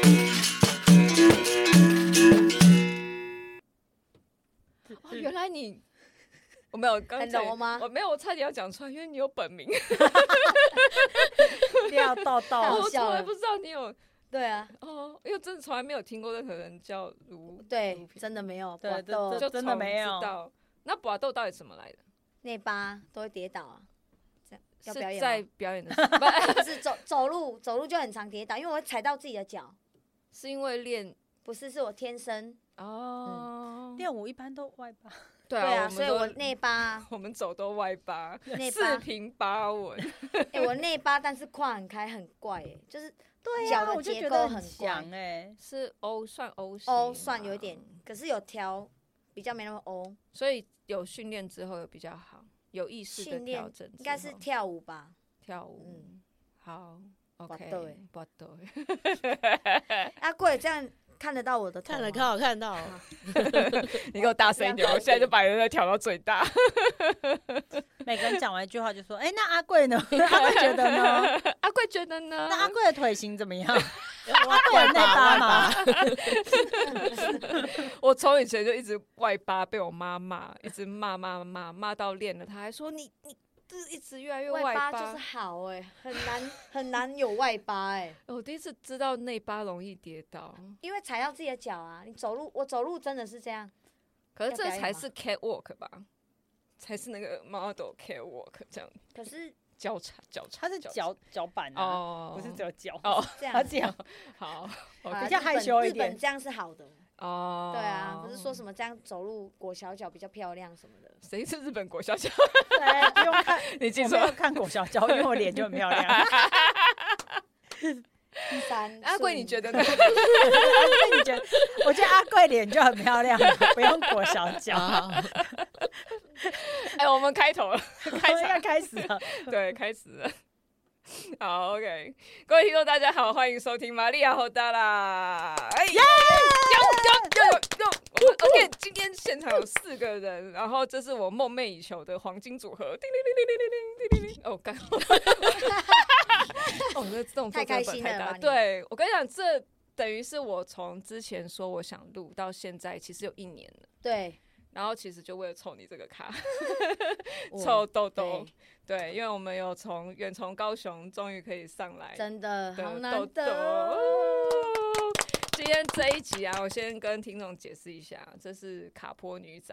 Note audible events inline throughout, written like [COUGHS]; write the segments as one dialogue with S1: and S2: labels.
S1: [LAUGHS]
S2: 哦
S3: 哦
S1: 有刚才
S3: 很浓吗
S1: 我没有，我差点要讲出来，因为你有本名，
S2: 不要到
S3: 太好
S1: [LAUGHS]
S2: 到 [LAUGHS]
S1: 我
S3: 笑
S1: 从来
S3: 了
S1: 不知道你有
S3: 对啊，
S1: 哦，因为真的从来没有听过任何人叫卢，
S3: 对，真的没有，
S2: 对
S3: 我都
S2: 这
S1: 就
S2: 哦真的
S1: 从
S2: 没有
S1: 知道。那拔豆到底怎么来的？
S3: 内八都会跌倒啊，这样要表
S1: 是
S3: 演
S1: 在 [LAUGHS]
S3: 吗？
S1: 表
S3: [LAUGHS]
S1: 演的时候，不是
S3: 就是走走路走路就很常跌倒，因为我会踩到自己的脚，
S1: 是因为
S3: [LAUGHS]
S1: 练
S3: 不是是我天生
S1: 哦，
S2: 练舞一般都外八，
S1: 对
S3: 嗯对啊，
S1: 们
S3: 所以
S1: 都
S3: 我内八啊
S1: [LAUGHS] 我们走都外八，
S3: 内
S1: 四
S3: 八，
S1: 平八稳，
S3: 哎，我内八，但是胯很开，很怪哎，就是
S2: 对
S3: 脚
S2: 呀，
S3: 的
S2: 我就
S3: 结
S2: 觉
S3: 构
S2: 得
S3: 很
S2: 强哎、 [LAUGHS]
S3: [LAUGHS]
S1: 是 O 算 O 型
S3: 欧
S1: 吗
S3: 哦算有点，可是有调比较没那么欧，
S1: 所以有训练之后有比较好，有意识的
S3: 训练
S1: 调整之后，
S3: 应该是跳舞吧？
S1: 跳舞。
S3: 嗯
S1: 好
S3: 豆欸
S1: ，OK，不对，
S3: 阿啊贵这样看得到我的头吗
S4: 看了看好看到，
S1: [LAUGHS] 你给我大声一点，我现在就把人家调到最
S3: [LAUGHS]
S1: 大。
S2: 每个人讲完一句话就说：“哎、那阿贵 [LAUGHS] 呢？阿贵觉得呢？
S3: 啊
S1: 阿贵觉得 [LAUGHS] 呢？
S2: 那阿贵的腿型怎么 [LAUGHS] 样？
S4: 我
S2: 阿贵有内八吗？
S1: 我从以前就一直外八，被我妈骂，一直骂骂骂骂到练了，她还说你你这一直越来越
S3: 外
S1: 八。
S3: 八就是好哎、很难 [LAUGHS] 很难有外八哎、
S1: 我第一次知道内八容易跌倒，
S3: 因为踩到自己的脚啊。你走路，我走路真的是这样，
S1: 可是这
S3: 要表演
S1: 才
S3: 吗
S1: 是 catwalk 吧，才是那个 model catwalk 这样
S3: 可是
S1: 交叉交叉。
S2: 他是脚脚板啊，
S1: 哦，
S2: 不是只有脚。
S1: 哦
S2: [LAUGHS]
S3: 这样
S2: 他这样
S1: 好
S3: [LAUGHS] 啊
S2: 比
S1: ，OK，
S2: 较害羞一
S3: 日本日
S2: 点
S3: 本这样是好的，
S1: 哦，
S3: 对啊，不是说什么这样走路裹小脚比较漂亮什么的。
S1: 谁是日本国
S3: [LAUGHS]
S1: 小小，
S2: 对，不用 [LAUGHS] 看，
S1: 你记
S2: 我
S1: 住
S2: 没。有看裹小脚，因为我脸就很漂亮。 [LAUGHS] 阿
S3: 第 [LAUGHS] 三，
S1: 阿贵，
S3: 素
S1: 你
S3: 衣
S1: 觉得呢？ [LAUGHS]
S2: 贵，你觉得？我觉得阿贵脸就很漂亮，不用裹小 [LAUGHS] 脚。
S4: 好好
S1: 哎，我们开头了，开
S2: 我们
S1: 场
S2: 要开始了，
S1: 对，开始了。好，OK，各位听众大家好，欢迎收听玛利亚好大啦！哎，呀，有有有有，我们 OK，今天现场有四个人，然后这是我梦寐以求的黄金组合，叮铃铃铃铃铃铃铃铃铃，哦，干， [LAUGHS] 哦，这动作
S3: 太开
S1: 真的本
S3: 心
S1: 太
S3: 了
S1: 大，
S3: 吧你
S1: 对我跟你讲，这等于是我从之前说我想录到现在，其实有一年了，
S3: 对，
S1: 然后其实就为了凑你这个卡，
S3: [LAUGHS] 我
S1: 臭豆豆
S3: 对，
S1: 对，因为我们有从远从高雄，终于可以上来
S3: 真的好
S1: 的
S3: 难
S1: 豆豆
S3: 得。。
S1: 今天这一集啊，我先跟听众解释一下，这是卡坡女仔，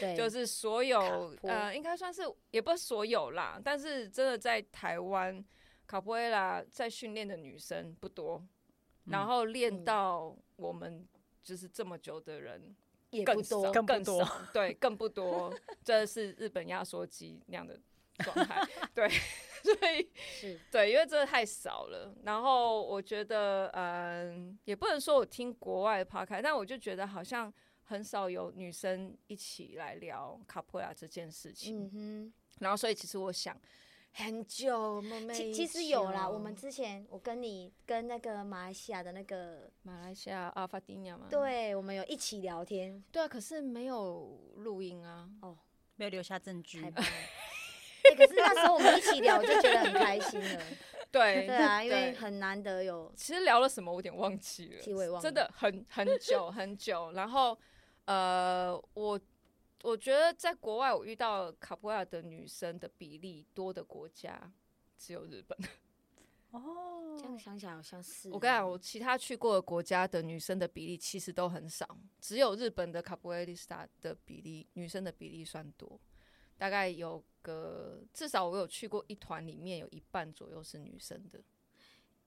S3: 对，
S1: 就是所
S3: 卡
S1: 有
S3: 坡
S1: 呃，应该算是也不是所有啦，但是真的在台湾卡波埃拉在训练的女生不多，然后练
S3: 嗯
S1: 到我们就是这么久的人，
S3: 也
S1: 更
S3: 不多
S1: 少，
S2: 更不
S1: 更
S2: 多
S1: 少，对，更不多，这是日本压缩机那样的状态，对， [LAUGHS] 所以
S3: 是
S1: 对，因为这太少了。然后我觉得，嗯，也不能说我听国外的 podcast，但我就觉得好像很少有女生一起来聊卡普亚这件事情。
S3: 嗯哼。
S1: 然后，所以其实我想很久梦寐
S3: 其
S1: 以
S3: 其实有啦，
S1: 求
S3: 我们之前我跟你跟那个马来西亚的那个，
S1: 马来西亚阿法蒂尼亚嘛，
S3: 对我们有一起聊天
S1: 对啊，可是没有录音啊。
S3: 哦，
S2: 没有留下证据
S3: 太。棒了。欸可是那时候我们一起聊，我就觉得很开心了。
S1: [LAUGHS] 对
S3: 对
S1: [LAUGHS]
S3: 啊，因
S1: 对
S3: 为很难得有
S1: 其实聊了什么，我有点忘记了，
S3: 其实我也忘了
S1: 真的很很
S3: [LAUGHS]
S1: 久很久。然后，呃，我我觉得在国外我遇到卡布亚的女生的比例多的国家只有日本。
S2: 哦
S3: 这样想想，好像是
S1: 嗯我跟你讲，我其他去过的国家的女生的比例其实都很少，只有日本的卡布亚丽斯塔的比例，女生的比例算多，大概有个至少我有去过一团，里面有一半左右是女生的，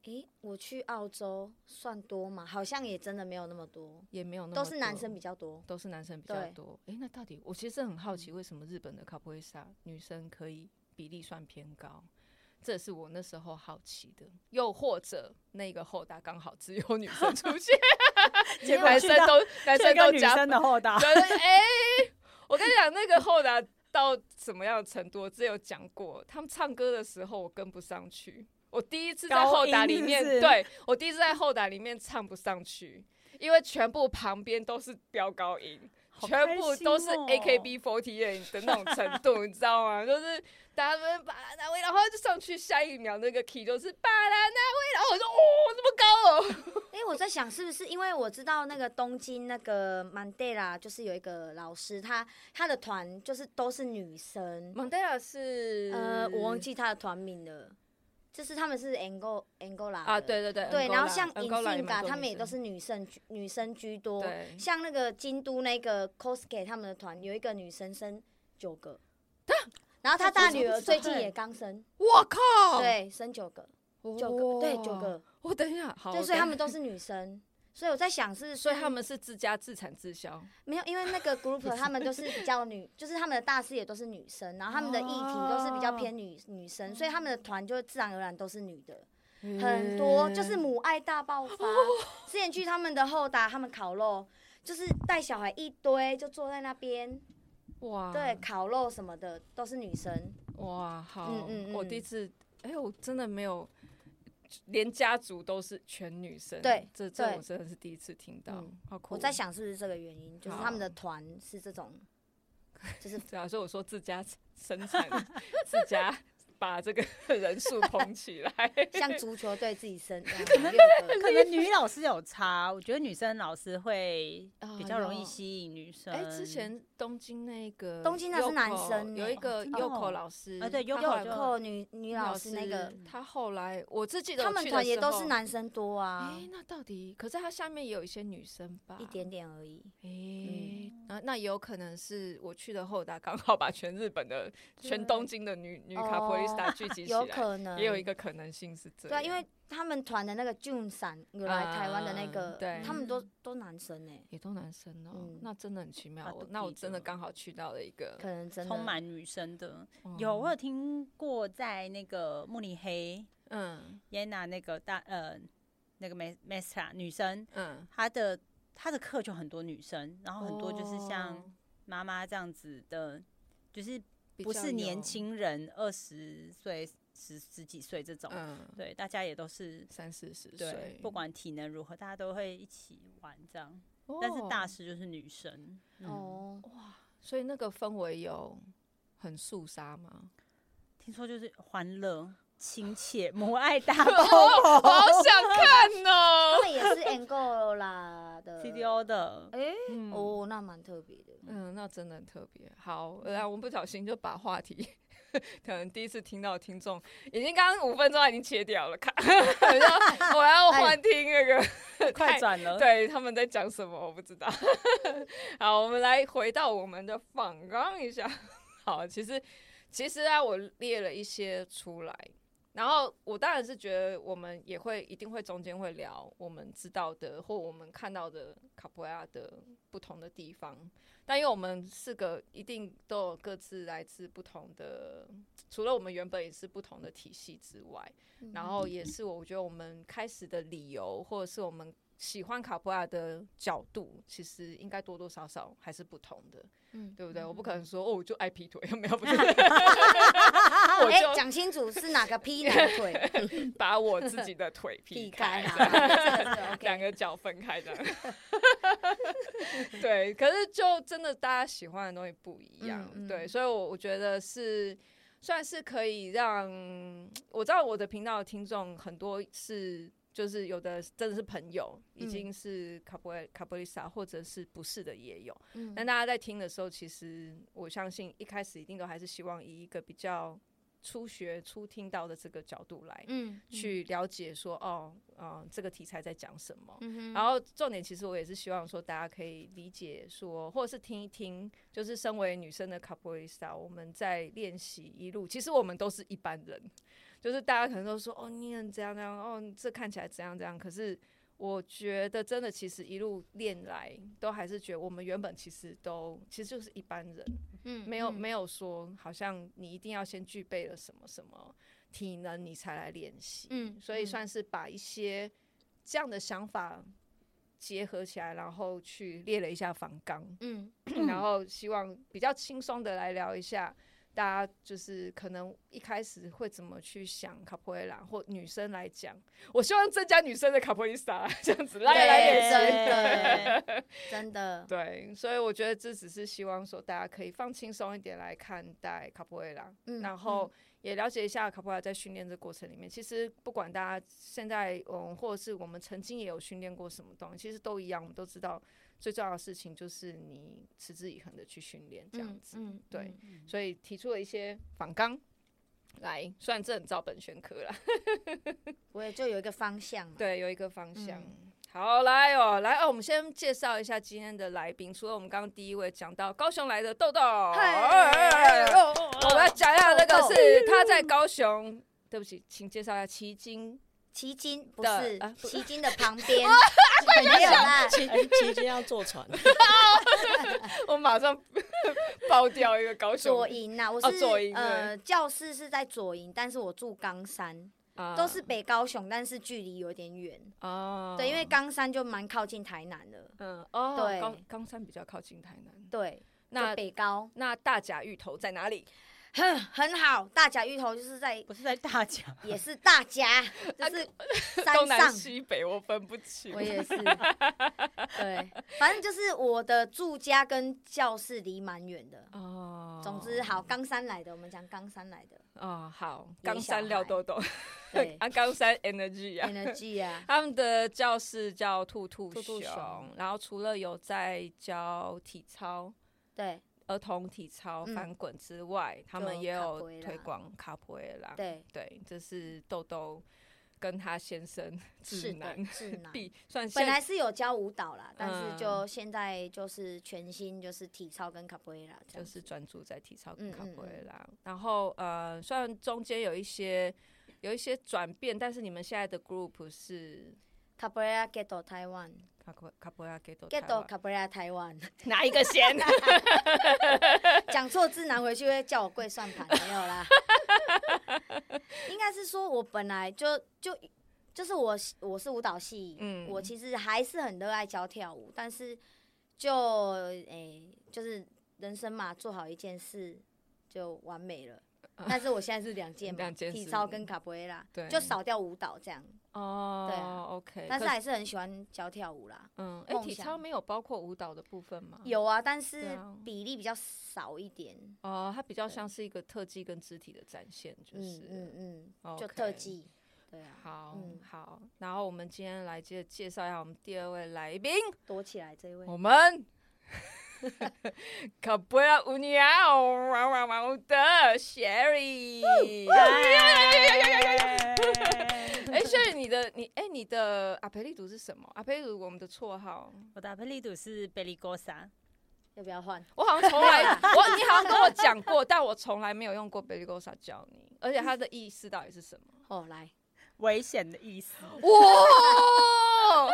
S3: 诶、我去澳洲算多吗？好像也真的没有那么多，
S1: 也没有那么
S3: 都是男
S1: 多
S3: 生比较多。
S1: 都是男生比较
S3: 对
S1: 多。诶，那到底我其实很好
S2: 嗯
S1: 奇，为什么日本的卡布瑞莎女生可以比例算偏高？这也是我那时候好奇的。又或者那个后大刚好只有女生出
S2: [LAUGHS]
S1: 现，
S2: 结果
S1: 男
S2: 去
S1: 生
S2: 到
S1: 都男
S2: 这
S1: 生
S2: 个
S1: 都
S2: 女
S1: 加
S2: 生的后大，
S1: 真的哎、我跟你讲，那个后来到什么样的程度，我之前有讲过，他们唱歌的时候我跟不上去。我第一次在后打里面，
S2: 高音是不是
S1: 对我第一次在后打里面唱不上去，因为全部旁边都是飙高音，
S2: 好开
S1: 全部都是
S2: 心哦
S1: AKB48 的那种程度，你知道吗？就是大家们巴拉那威，然后就上去下一秒那个 key 就是巴拉那威，然后我说哦这么高哦，
S3: 哎、我在想是不是因为我知道那个东京那个 Mandela 就是有一个老师，他他的团就是都是女生，
S1: 蒙代尔是
S3: 呃，我忘记他的团名了，就是他们是 Angola Angola
S1: 啊，
S3: 的
S1: 对对对
S3: 对，然后
S1: Angola，
S3: 像 i n
S1: Angola 也蛮
S3: s i n g a
S1: 多
S3: 他们也
S1: 女
S3: 都
S1: 生
S3: 是女生居女生居多，
S1: 对
S3: 像那个京都那个 Cosque 他们的团有一个女生生九个，然后他大女儿最近也刚生，
S1: 我靠，
S3: 对，生九个，九个，对，
S1: 哇
S3: 九。个，
S1: 我哦等一下，哦好，
S3: 对，
S1: 我
S3: 所以
S1: 等
S3: 他
S1: 一
S3: 们嗯都是女生。所以我在想是，
S1: 下，所以他们是自家自产自销，
S3: 没有，因为
S1: [LAUGHS]
S3: 那个 group 他们都是比较女，就是他们的大师也都是女生，然后他们的议题都是比较偏女女
S1: 哦
S3: 生，所以他们的团就自然而然都是女的。
S1: 嗯
S3: 很多，就是母爱大爆发。
S1: 哦
S3: 之前去他们的后达，他们烤肉，就是带小孩一堆，就坐在那边，
S1: 哇，
S3: 对，烤肉什么的都是女生。
S1: 哇，好，
S3: 嗯嗯
S1: 我
S3: 嗯
S1: 第一次，哎、我真的没有，连家族都是全女生，
S3: 对
S1: 这这
S3: 对
S1: 我真的是第一次听到，
S3: 嗯
S1: 好酷。哦
S3: 我在，想是不是这个原因，就是
S1: 好
S3: 他们的团是
S1: [LAUGHS]
S3: 这种，就是
S1: 对啊，所以我说自家生产， [LAUGHS] 自家把这个人数捧起来， [LAUGHS]
S3: 像足球队自己生，
S2: 能
S3: 嗯六
S2: [LAUGHS]
S3: 个
S2: 可能女老师有差，我觉得女生老师会
S1: 啊
S2: 比较容易
S1: 有
S2: 吸引女生。
S1: 哎、之前东京那个
S3: 东京那是男
S1: Yoko，
S3: 生
S1: 有
S3: 欸
S1: 一个
S2: 真的哦
S1: Yoko 老师，
S3: 呃
S2: 啊对
S1: 他
S2: Yoko
S1: 后
S3: 有
S1: 来
S2: 就
S3: 扣女女老师那个，
S1: 他后来我自己
S3: 他们团也都是。男生多啊
S1: 哎、，那到底？可是他下面也有一些女生吧？
S3: 一点嗯点而已。
S1: 诶、那那也有可能是我去的后达刚好把全日本
S3: [LAUGHS]
S1: 的、全东京的女女卡普里斯塔聚集起来，
S3: 啊哦有可能，
S1: 也有一个可能性是这
S3: 对啊，
S1: 样。
S3: 因为他们团的那个 June 伞有来台湾的那
S1: 嗯
S3: 个
S1: 对，
S3: 他们都都男生哎、
S1: 也都男生哦、
S3: 嗯
S1: 那真的很奇妙。
S2: 啊
S1: 我
S2: 都
S1: 那我
S2: 地
S1: 真的
S2: 的
S1: 刚好去到了一个
S3: 可能真的
S2: 充满女生的，
S1: 嗯
S2: 有我有听过在那个慕尼黑
S1: 嗯
S2: 耶娜那个大呃那个 Mas Mastra 女生，
S1: 嗯，
S2: 她的她的课就很多女生，然后很多就是像
S1: 哦
S2: 妈妈这样子的，就是
S1: 比
S2: 不
S1: 较
S2: 是年
S1: 有
S2: 轻人二十岁十十几岁这种，
S1: 嗯
S2: 对，大家也都是
S1: 三四十
S2: 对
S1: 岁，，
S2: 不管体能如何，大家都会一起玩这样。
S1: 哦，
S2: 但是大师就是女生，哦，
S3: 哦，
S1: 嗯所以那个氛围有很肃杀
S2: [LAUGHS]
S1: 吗？
S2: 听说就是欢乐、亲切、母爱大爆
S1: 我好
S2: 棚
S1: 想看
S3: 他
S1: 哦。
S3: 们也是 Angola 的
S2: ，CDO 的，
S3: 哎、
S1: 嗯
S3: 哦，那蛮特别的。
S1: 嗯，那真的很特别。好，
S2: 嗯
S1: 然后我们不小心就把话题，可能第一次听到的听众已经刚刚五分钟已经切掉了， [LAUGHS] 看，然后我要
S2: 哎
S1: 换听那个，
S2: 快转了，
S1: 对他们在讲什么我不知道。 [LAUGHS] 好，我们来回到我们的访纲一下。 [LAUGHS] 好，其实其实啊，我列了一些出来，然后我当然是觉得我们也会一定会中间会聊我们知道的或我们看到的卡布亚的不同的地方，但因为我们四个一定都有各自来自不同的，除了我们原本也是不同的体系之外，然后也是我觉得我们开始的理由或者是我们。喜欢卡布亚的角度，其实应该多多少少还是不同的，
S3: 嗯，
S1: 对不对？我不可能说哦，我就爱劈腿，没有，
S3: [LAUGHS]
S1: 不是，我
S3: 哎、
S1: 就
S3: 讲清楚是哪个 P 哪个
S1: [LAUGHS]
S3: 腿
S1: 把我自己的
S3: [LAUGHS]
S1: 腿劈
S3: 劈
S1: 开
S3: 开，
S1: [LAUGHS]
S3: 啊？这
S1: 两
S3: 个是 OK。
S1: 个脚分开这样。 [LAUGHS] 对，可是就真的大家喜欢的东西不一样，
S3: 嗯嗯
S1: 对，所以我我觉得是算是可以让我知道我的频道的听众很多是。就是有的真的是朋友，已
S3: 嗯
S1: 经是卡布卡布丽莎，或者是不是的也有。
S3: 嗯
S1: 但大家在听的时候，其实我相信一开始一定都还是希望以一个比较初学、初听到的这个角度来
S3: 嗯，
S1: 去了解说，哦，嗯、这个题材在讲什么。
S3: 嗯哼，
S1: 然后重点，其实我也是希望说，大家可以理解说，或者是听一听，就是身为女生的 capoeira，我们在练习一路，其实我们都是一般人，就是大家可能都说，哦，你很怎样怎样，哦，你这看起来怎样怎样，可是我觉得真的，其实一路练来，都还是觉得我们原本其实都其实就是一般人，
S3: 嗯
S1: 没有没
S3: 有，
S1: 有说好像你一定要先具备了什么什么体能，你才来练习。
S3: 嗯
S1: 所以
S3: 嗯
S1: 算是把一些这样的想法结合起来，然后
S3: [CLEARS THROAT]
S1: 去列了一下房纲，
S3: 嗯
S1: 然后希望比较轻松的来聊一下。大家就是可能一开始会怎么去想卡普埃拉，或女生来讲，我希望增加女生的卡普伊萨，这样子拉
S3: 对
S1: 来点
S3: 真
S1: 声。
S3: 的真的，
S1: 对，所以我觉得这只是希望说大家可以放轻松一点来看待卡普埃拉，
S3: 嗯
S1: 然后也了解一下卡普埃拉在训练这过程里面。其实不管大家现在嗯，或者是我们曾经也有训练过什么东西，其实都一样，我们都知道最重要的事情就是你持之以恒的去训练这样子。
S3: 嗯，
S1: 对所以提出了一些反纲来，虽然这很照本宣科啦，
S3: 我也就有一个方向嘛。
S1: 对，有一个方向。
S3: 嗯
S1: 好，来哦，来哦，我们先介绍一下今天的来宾。除了我们刚刚第一位讲到高雄来的豆豆，
S3: 嘿
S1: 哦我们要讲一下那
S3: 豆
S1: 个
S3: 豆
S1: 是他在高雄，对不起，请介绍一下奇经。
S3: 奇经不
S1: 的
S3: 是
S1: 啊不
S3: 奇经的旁边，
S2: 很
S3: 没有啦，
S4: 其其实要坐船，
S1: [LAUGHS] 我马上 [LAUGHS] 爆掉一个高雄
S3: 左营呐，我
S1: 哦
S3: 是
S1: 左营
S3: 呃教室是在左营，但是我住冈山，
S1: 啊
S3: 都是北高雄，但是距离有点远。
S1: 哦，
S3: 对，因为冈山就蛮靠近台南的，
S1: 嗯哦，
S3: 对
S1: 冈冈山比较靠近台南。
S3: 对，就
S1: 那
S3: 北高
S1: 那大甲芋头在哪里？
S3: 很很好，大甲芋头就是在
S2: 不是在大奖，
S3: 也是大
S1: [LAUGHS]
S3: 甲，就是
S1: 啊东
S3: 山
S1: 南
S3: 上。
S1: 西北我分不清
S3: 我。也是，对，反正就是我的住家跟教室离蛮远的。
S1: 哦
S3: 总之，好，冈山来的，我们讲冈山来
S1: [LAUGHS]
S3: 的，
S1: 哦，好，
S3: 有
S1: 冈
S3: 小
S1: 山廖
S3: 孩
S1: 豆豆，
S3: 对
S1: 啊，冈山 Energy 啊，
S3: ，energy 啊，
S1: 他们的教室叫兔兔
S2: 兔兔
S1: 熊
S2: 熊，
S1: 然后除了有在教体操、
S3: 对
S1: 儿童体操、
S3: 嗯
S1: 翻滚之外，他们
S3: 就
S1: 也
S3: 卡
S1: 有
S3: 波耶拉
S1: 推广卡普埃拉。
S3: 对，
S1: 对，这是豆豆跟他先生
S3: 是
S1: 指
S3: 的
S1: 南，
S3: 智南。
S1: 必算
S3: 本
S1: [LAUGHS] 现
S3: 来是有教舞蹈啦，但
S1: 嗯
S3: 是就现在就是全新就是体操跟卡布埃拉这
S1: 就
S3: 样子，
S1: 是专注在体操跟
S3: 嗯
S1: 卡
S3: 嗯
S1: 布埃拉。然后呃，虽然中间有一些有一些转变，但是你们现在的 group 是
S3: 卡布埃拉 get 到台湾
S1: 卡布卡布拉给豆
S3: ，get 到卡布埃拉台湾，
S1: 哪一个先？ [LAUGHS]
S3: 讲错字拿回去会叫我跪算盘，没有啦。应该是说我本来就就就是我我是舞蹈系，
S1: 嗯
S3: 我其实还是很热爱教跳舞，但是就诶、就是人生嘛，做好一件事就完美了。但是我现在是两件嘛，
S1: 啊两件事
S3: 体操跟卡布埃拉，
S1: 对
S3: 就少掉舞蹈这样。对啊
S1: 哦，OK，
S3: 但是
S1: 可
S3: 还是很喜欢教跳舞啦。
S1: 嗯，哎，
S3: 梦
S1: 体操
S3: 想
S1: 没有包括舞蹈的部分吗？
S3: 有啊，但
S1: 哦对
S3: 是
S1: 啊
S3: 比例比较少一点。
S1: 哦，它比较像是一个特技跟肢体的展现，就
S3: 嗯嗯
S1: 是
S3: 嗯，就
S1: OK
S3: 特技。对啊，
S1: 好
S3: 嗯
S1: 好。然后我们今天来接着介绍一下我们第二位来宾，
S3: 躲起来这一位。
S1: 我们 [LAUGHS] 卡布拉乌尼奥王王王的 Sherry。哎，Sherry，你的你哎，你的阿培利读是什么？阿培利读我们的绰号，
S2: 我的阿佩利鲁是贝利哥萨，
S3: 要不要换？
S1: 我好像从来我你好像跟我讲过，但我从来没有用过 b e l i g o s a 教你，而且它的意思到底是什么？
S3: [LAUGHS] 哦，来
S2: 危险的意思。
S1: [LAUGHS] 哇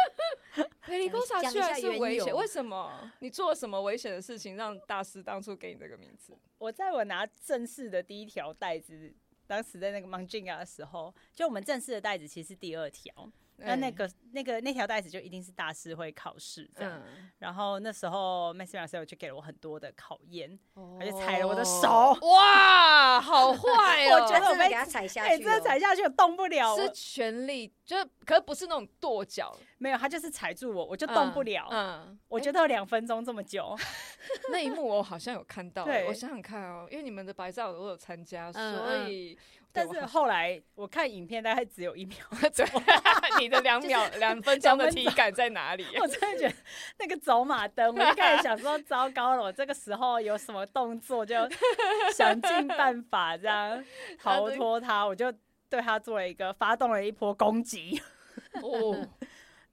S1: b e l i g o s
S3: 讲
S1: a
S3: 一
S1: 居然
S3: 下
S1: 是
S3: 缘
S1: 危
S3: 由
S1: 险，为什么？你做了什么危险的事情让大师当初给你这个名字？
S2: 我在我拿正式的第一条带子，当时在那个 m o n j i n a 的时候，就我们正式的带子其实是第二条，那那个那个那条带子就一定是大师会考试这样。
S1: 嗯，
S2: 然后那时候 m a x i m 老师就给了我很多的考验，
S1: 哦
S2: 而且踩了我的手，
S1: [LAUGHS] 哇，好坏哦！
S2: 我觉得
S3: 真的
S2: 被
S3: 给他踩下
S2: 哎、
S3: 去
S2: 真
S3: 哦、
S2: 的踩下去我动不了，
S1: 是
S2: 我
S1: 全力，就是可是不是那种跺脚，
S2: 没有，他就是踩住我，我就动不了。
S1: 嗯，
S2: 我觉得有两分钟这
S1: [LAUGHS]
S2: 么久， [LAUGHS]
S1: 那一幕我好像有看到，
S2: 对
S1: 我想想看哦，因为你们的白照我有参加，
S3: 嗯
S1: 所以
S2: 但
S1: [LAUGHS]
S2: 是后来我看影片大概只有一秒，
S1: 对，
S2: [LAUGHS]
S1: 你的两秒、两分钟的
S2: 两分
S1: 体
S2: 钟
S1: 感在哪
S2: [LAUGHS]
S1: 里？
S2: 我真的觉得那个走马灯，我就开始
S1: [LAUGHS]
S2: 想说，糟糕了，我这个时候有什么动作就想尽办法
S1: [LAUGHS]
S2: 这样逃脱他，我就对他做了一个发动了一波攻击，
S1: 哦，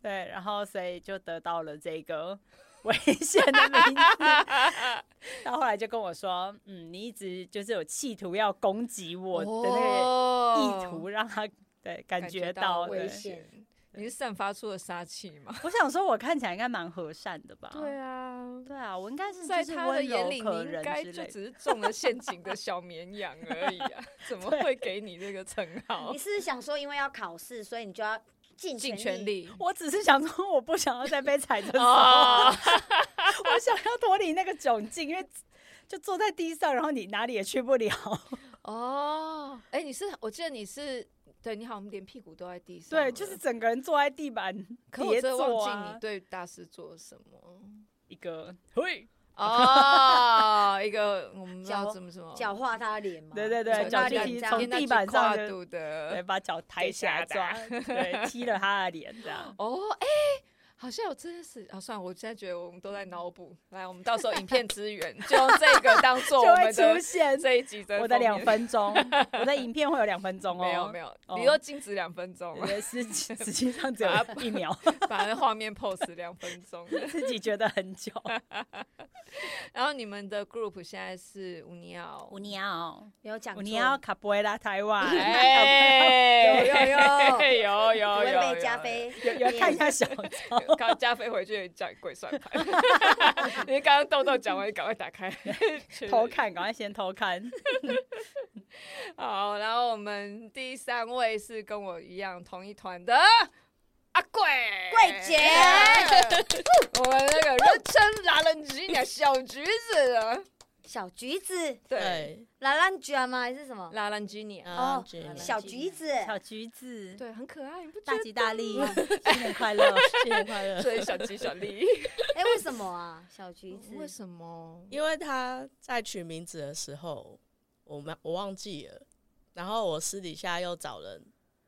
S2: 对，然后所以就得到了这个 [LAUGHS] 危险的名字。到后来就跟我说，嗯，你一直就是有企图要攻击我的那个
S1: 个
S2: 意图，让他对感
S1: 哦感
S2: 觉
S1: 觉
S2: 到
S3: 危
S2: 对
S3: 险
S1: 你是散发出了杀气吗？
S2: 我想说，我看起来应该蛮和善的吧？
S1: [LAUGHS] 啊。
S2: [LAUGHS] 对啊，我应该是
S1: 在
S2: 就是
S1: 他的
S2: 温柔
S1: 眼里，
S2: 可
S1: 你应
S2: 人
S1: 该
S2: 之
S1: 就
S2: 类的
S1: 只是中了陷阱的小绵羊而已啊！ [LAUGHS] 怎么会给你这个称号
S3: 你？是不是想说，因为要考试，所以你就要尽
S1: 尽
S3: 全
S1: 全力
S2: 我只是想说，
S1: [LAUGHS]
S2: 我
S1: 哦
S2: 不想要再被踩着手，
S1: 啊！
S2: 我想要脱离那个窘境，因为就坐在地上，然后你哪里也去不
S1: [LAUGHS]
S2: 了。
S1: 哦，哎、你是我记得你是对你好像连屁股都在地上了，
S2: 对，就是整个人坐在地板
S1: 可我
S2: 叠
S1: 真的
S2: 坐
S1: 忘记
S2: 啊
S1: 你，对大师做了什
S3: [LAUGHS]
S1: 么。
S2: 一个嘿，
S1: 哦，一个我们
S3: 脚
S1: 叫怎么什么
S3: 脚画他的脸嘛，
S2: 对对
S1: 对
S2: 对，脚
S3: 脚踢
S2: 踢
S3: 踢
S2: 踢
S3: 从
S2: 从
S1: 那
S2: 地
S1: 句
S2: 板上
S1: 跨
S2: 的，
S1: 度的
S2: 对，把脚抬起来抓，对，踢了他的脸
S1: [LAUGHS]
S2: 这样。
S1: 哦，哎、好像有这件事啊。算了，我现在觉得我们都在脑补。来，我们到时候影片资源就用这个当做
S2: 就
S1: 我
S2: 会
S1: 们
S2: 出
S1: 的
S2: 现
S1: 这一集的
S2: 我的
S1: 封面
S2: 两分钟，我的影片会有两分钟哦，
S1: 没有没有，
S2: 哦
S1: 你都禁止两分钟
S2: 我 [LAUGHS]
S1: 了，
S2: 的实际实际上只有
S1: 把它 [LAUGHS]
S2: 一秒，
S1: 把那画面 pose 两分钟。
S2: 自己觉得
S1: [LAUGHS]
S2: 很久。
S1: 然后你们的 group 现在是乌尼奥，
S2: 五鸟，
S1: [LAUGHS]
S3: 没有讲
S2: 五
S3: 错，
S2: 鸟卡布埃拉台湾，
S1: 哎，
S3: 有
S1: 有有
S3: 不
S1: [LAUGHS] 有
S3: 会
S1: 有
S3: 被加，菲
S2: 有有看一下小照，
S1: 有刚加菲回去讲鬼算盘， [LAUGHS] 因为刚刚豆豆讲完，赶快打开确认
S2: 偷看，赶快先偷看。
S1: 好，然后我们第三位是跟我一样同一团的阿贵
S3: 桂姐
S1: [LAUGHS] 我们那个人称拿人吉鸟小橘子的，
S3: 小橘子
S1: 对，
S4: 对，
S3: 拉兰卷吗？还是什么？
S1: 拿人吉鸟，
S4: 啊
S3: 哦，
S4: Jenny
S3: 小橘子，
S2: 小橘子，
S1: 对，很可爱，你不觉
S2: 大
S1: 得？
S2: 吉大利，新年快乐！
S4: 新年快乐。
S1: 所以小吉小丽，
S3: 哎，为什么啊？小橘子
S1: 为什么？
S4: 因为他在取名字的时候，我们我忘记了，然后我私底下又找人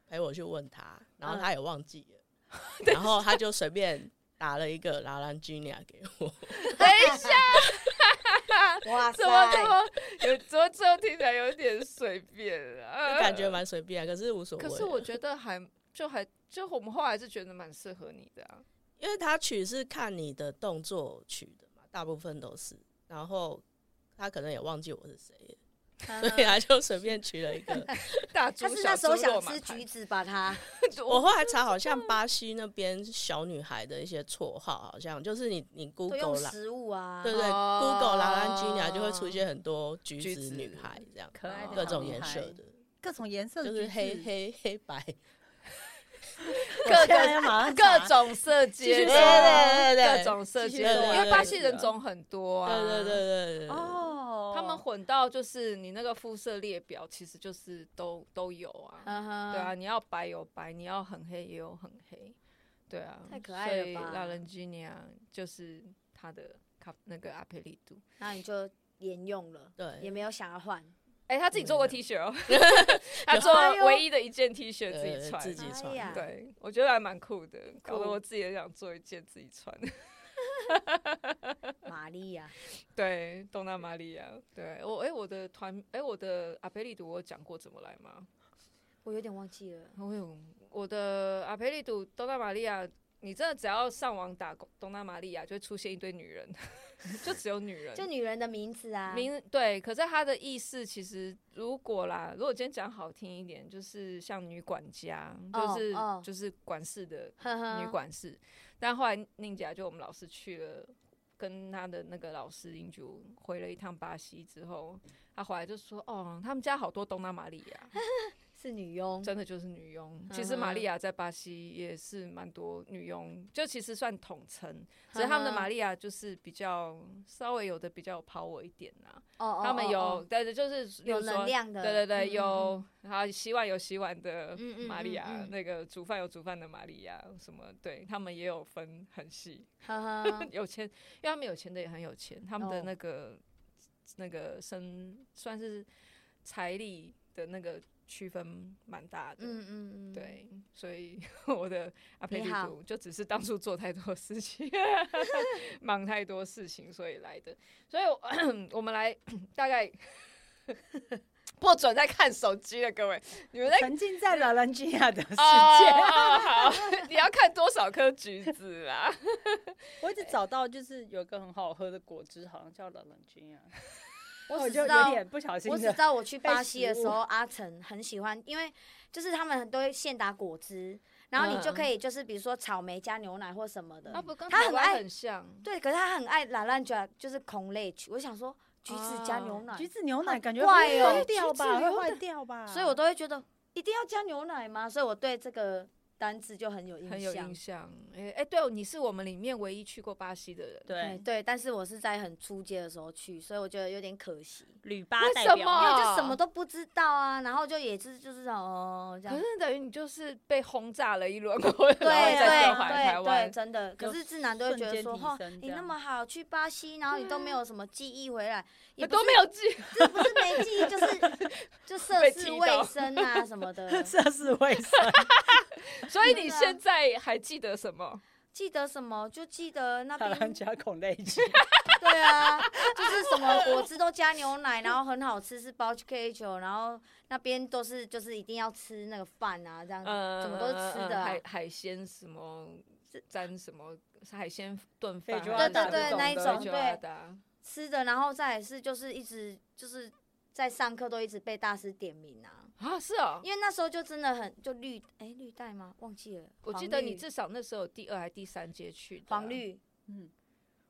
S4: 陪我去问他，然
S1: 嗯
S4: 后他也忘记了，
S1: [LAUGHS]
S4: 然后他就随便打了一个拉兰吉尼亚给我，
S1: 等一下，
S3: 哇
S1: 怎么这么有？怎么最后听起来有点随便啊？
S4: 感觉蛮随便，可是无所谓。
S1: 可是我觉得还就还就我们后来是觉得蛮适合你的啊。
S4: 因为他取是看你的动作取的嘛，大部分都是，然后他可能也忘记我是谁
S1: 嗯
S4: [LAUGHS] 了，所以他就随便取了一个。
S1: 大
S3: 他
S1: 猪
S3: 是
S1: 小
S3: 那时候
S1: 猪肉
S3: 想
S1: 嘛
S3: 吃
S1: 排
S3: 橘子，把它
S4: 我后来查，好像巴西那边小女孩的一些绰号，好像就是你你
S3: 都用
S4: Google 啦，
S3: 食物啊，
S4: 对对
S1: 哦
S4: g o o g l e 拉兰吉尼亚就会出现很多橘
S1: 橘
S4: 子
S1: 子
S4: 女孩这样，
S2: 可爱的
S4: 各
S2: 小
S4: 种
S2: 女
S4: 颜
S2: 孩
S4: 色的，
S2: 各种颜色的
S4: 就是
S2: 橘子
S4: 黑，黑黑白，
S1: 各
S2: 各个马上查
S1: [LAUGHS] 各种色阶
S2: 继续
S1: 的，
S2: 说
S4: 对对对
S1: 各种色
S2: 继
S1: 阶
S2: 续
S1: 的，
S4: 说
S1: 因为
S4: 对
S1: 巴
S4: 对
S1: 西
S2: 对
S1: 人种很多
S4: 对
S1: 啊，
S4: 对对对对对，
S2: 哦，
S1: 他们混到就是你那个肤色列表，其实就是都都有啊，
S3: 嗯哼，
S1: 对啊，，你要白有白，你要很黑也有很黑，对啊，
S3: 太可爱了
S1: 所以
S3: 吧
S1: 拉伦吉尼亚就是他的卡那个阿佩利杜，
S3: 那你就沿用了，
S4: 对
S3: 也没有想要换，
S1: 哎，他自己做
S3: 嗯
S1: 过 T 恤
S3: [LAUGHS]
S1: 哦，他
S4: 有
S1: 做
S3: 啊
S2: 哎呦
S1: 唯一的一件 T 恤自
S4: 对
S1: 己穿，
S4: 呃自己
S3: 哎呀
S1: [LAUGHS]
S4: 穿，
S1: 对，我觉得还蛮酷的，搞得
S3: 酷
S1: 我自己也想做一件自己穿。 [LAUGHS]
S3: 玛丽亚，
S1: 对，东南玛利亚。对我，哎、我的团，哎、我的阿培利读我有讲过怎么来吗？
S3: 我有点忘记了，
S1: 我有我的阿培利读东南玛利亚，你真的只要上网打工东南玛利亚，就会出现一堆女人， [LAUGHS] 就只有女人。
S3: 就女人的名字啊，
S1: 名对，可是它的意思其实，如果啦，如果今天讲好听一点，就是像女管家，
S3: 哦
S1: 就是、
S3: 哦嗯
S1: 就是管事的
S3: 呵呵
S1: 女管事。但后来宁姐就我们老师去了，跟她的那个老师英九回了一趟巴西之后，她回来就说：“哦，他们家好多东南玛利亚，
S3: 是女佣，
S1: 真的就是女佣。其
S3: 嗯
S1: 实
S3: 哼
S1: 玛利亚在巴西也是蛮多女佣，就其实算统称，只是他们的
S3: 嗯哼
S1: 玛利亚就是比较稍微有的比较有 power 一点呐、
S3: 哦哦，
S1: 他们
S3: 哦
S1: 有，
S3: 哦
S1: 对对，就是例
S3: 有
S1: 如说
S3: 能，量的，
S1: 对对对，
S3: 嗯，
S1: 有，然后洗碗有洗碗的
S3: 嗯嗯
S1: 玛利亚，
S3: 嗯嗯
S1: 那个煮饭有煮饭的玛利亚，什么对他们也有分很细，，
S3: 嗯呵呵
S1: [LAUGHS] 有钱，因为他们有钱的也很有钱，他们
S3: 哦
S1: 的那个、那个身算是财力的那个区分蛮大的，
S3: 嗯嗯嗯，，
S1: 对，所以 [LAUGHS] 我的阿佩
S3: 你
S1: 利
S3: 好
S1: 图就只是当初做太多事 [LAUGHS] 情，忙太多事情，所以来的。所以我我 [COUGHS] 们来大 [LAUGHS] 概不准再看手机了，各位，你们在
S2: 沉浸在拉兰吉亚的世界。
S1: 哎哦， [LAUGHS] 好，你要看多少颗橘子啊啦？
S2: 我一直找到就是有一个很好喝的果汁，好像叫拉兰吉亚，
S3: 我
S2: 啊 [LAUGHS] 我
S3: 只
S2: 就有
S3: 知道。
S2: 点不小心
S3: 我只知
S2: 的。
S3: 道我去巴
S2: 被
S3: 西的
S2: 食
S3: 时候，
S2: 物
S3: 阿成很喜欢，因为就是他们都会现打果汁，然后你就
S1: 嗯
S3: 可以就是比如说草莓加牛奶或什么
S1: [LAUGHS]
S3: 的，
S1: 它不跟
S3: 他
S1: 台
S3: 很
S1: 湾
S3: 爱
S1: 嗯很像，
S3: 对，可是他很爱懒懒卷，就是孔类橘。我想说，橘子加牛
S1: 啊
S3: 奶，
S2: 橘子牛奶感觉
S3: 怪
S2: 会
S3: 哦
S2: 坏掉吧，
S3: 橘子
S2: 会
S3: 牛奶
S1: 嗯
S2: 坏掉吧，
S3: 所以我都会觉得一定要加牛奶吗？所以我对这个单字就很有印
S1: 很有
S3: 象
S1: 印。象。哎、哎、对哦，你是我们里面唯一去过巴西的人。
S3: 对
S2: 对，
S3: 对，但是我是在很初阶的时候去，所以我觉得有点可惜，
S2: 旅巴
S1: 为
S2: 代
S1: 什
S2: 表
S1: 么
S3: 因
S2: 嘛 [LAUGHS]
S3: 为就什么都不知道啊，然后就也是就是哦这
S1: 可
S3: 样
S1: 是。等于你就是被轰炸了一轮，然后
S3: 对
S1: 再
S3: 对
S1: 跳回台
S3: 对对，
S1: 湾。
S3: 真的。可
S2: 就是
S3: 智男都会觉得说，
S2: 瞬间提
S3: 哦，
S2: 升
S3: 你
S2: 这
S3: 那
S2: 样
S3: 么好去巴西，然后你都没有什么记忆
S1: [LAUGHS]
S3: 回来，也
S1: 我
S3: 不
S1: 啊都
S3: 是
S1: 没有记，
S3: 这不是没记忆，就是
S1: [LAUGHS]
S3: 就涉
S1: 被
S3: 世
S1: 踢
S3: 未
S1: 到
S3: 深啊什么
S1: [LAUGHS]
S3: 的。
S2: 涉世未深， [LAUGHS]
S1: 所以
S3: 真
S1: 你
S3: 的啊
S1: 现在还记得什么？
S3: 记得什么就记得那
S2: 台湾
S3: 边，
S2: 加孔类 [LAUGHS] 型，
S3: 对啊，就是什么果汁都加牛奶，然后很好吃，是包 K 球，然后那边都是就是一定要吃那个饭啊，这样子，
S1: 嗯，
S3: 怎么都是吃的啊
S1: 海海鲜什么沾什么海鲜炖
S2: 非
S1: 饭
S2: 洲
S3: 啊
S1: 还
S2: 阿
S1: 是
S2: 达
S1: 什么的，
S2: 对对对那一种
S1: 非洲
S3: 对
S1: 阿达
S3: 吃的，然后再来是就是一直就是在上课都一直被大师点名啊，
S1: 啊，是哦，
S3: 因为那时候就真的很就绿哎、绿带吗？忘记了，
S1: 我记
S3: 黄
S1: 得你
S3: 绿
S1: 至少那时候有第二还第三街去的啊
S3: 黄，绿
S2: 嗯，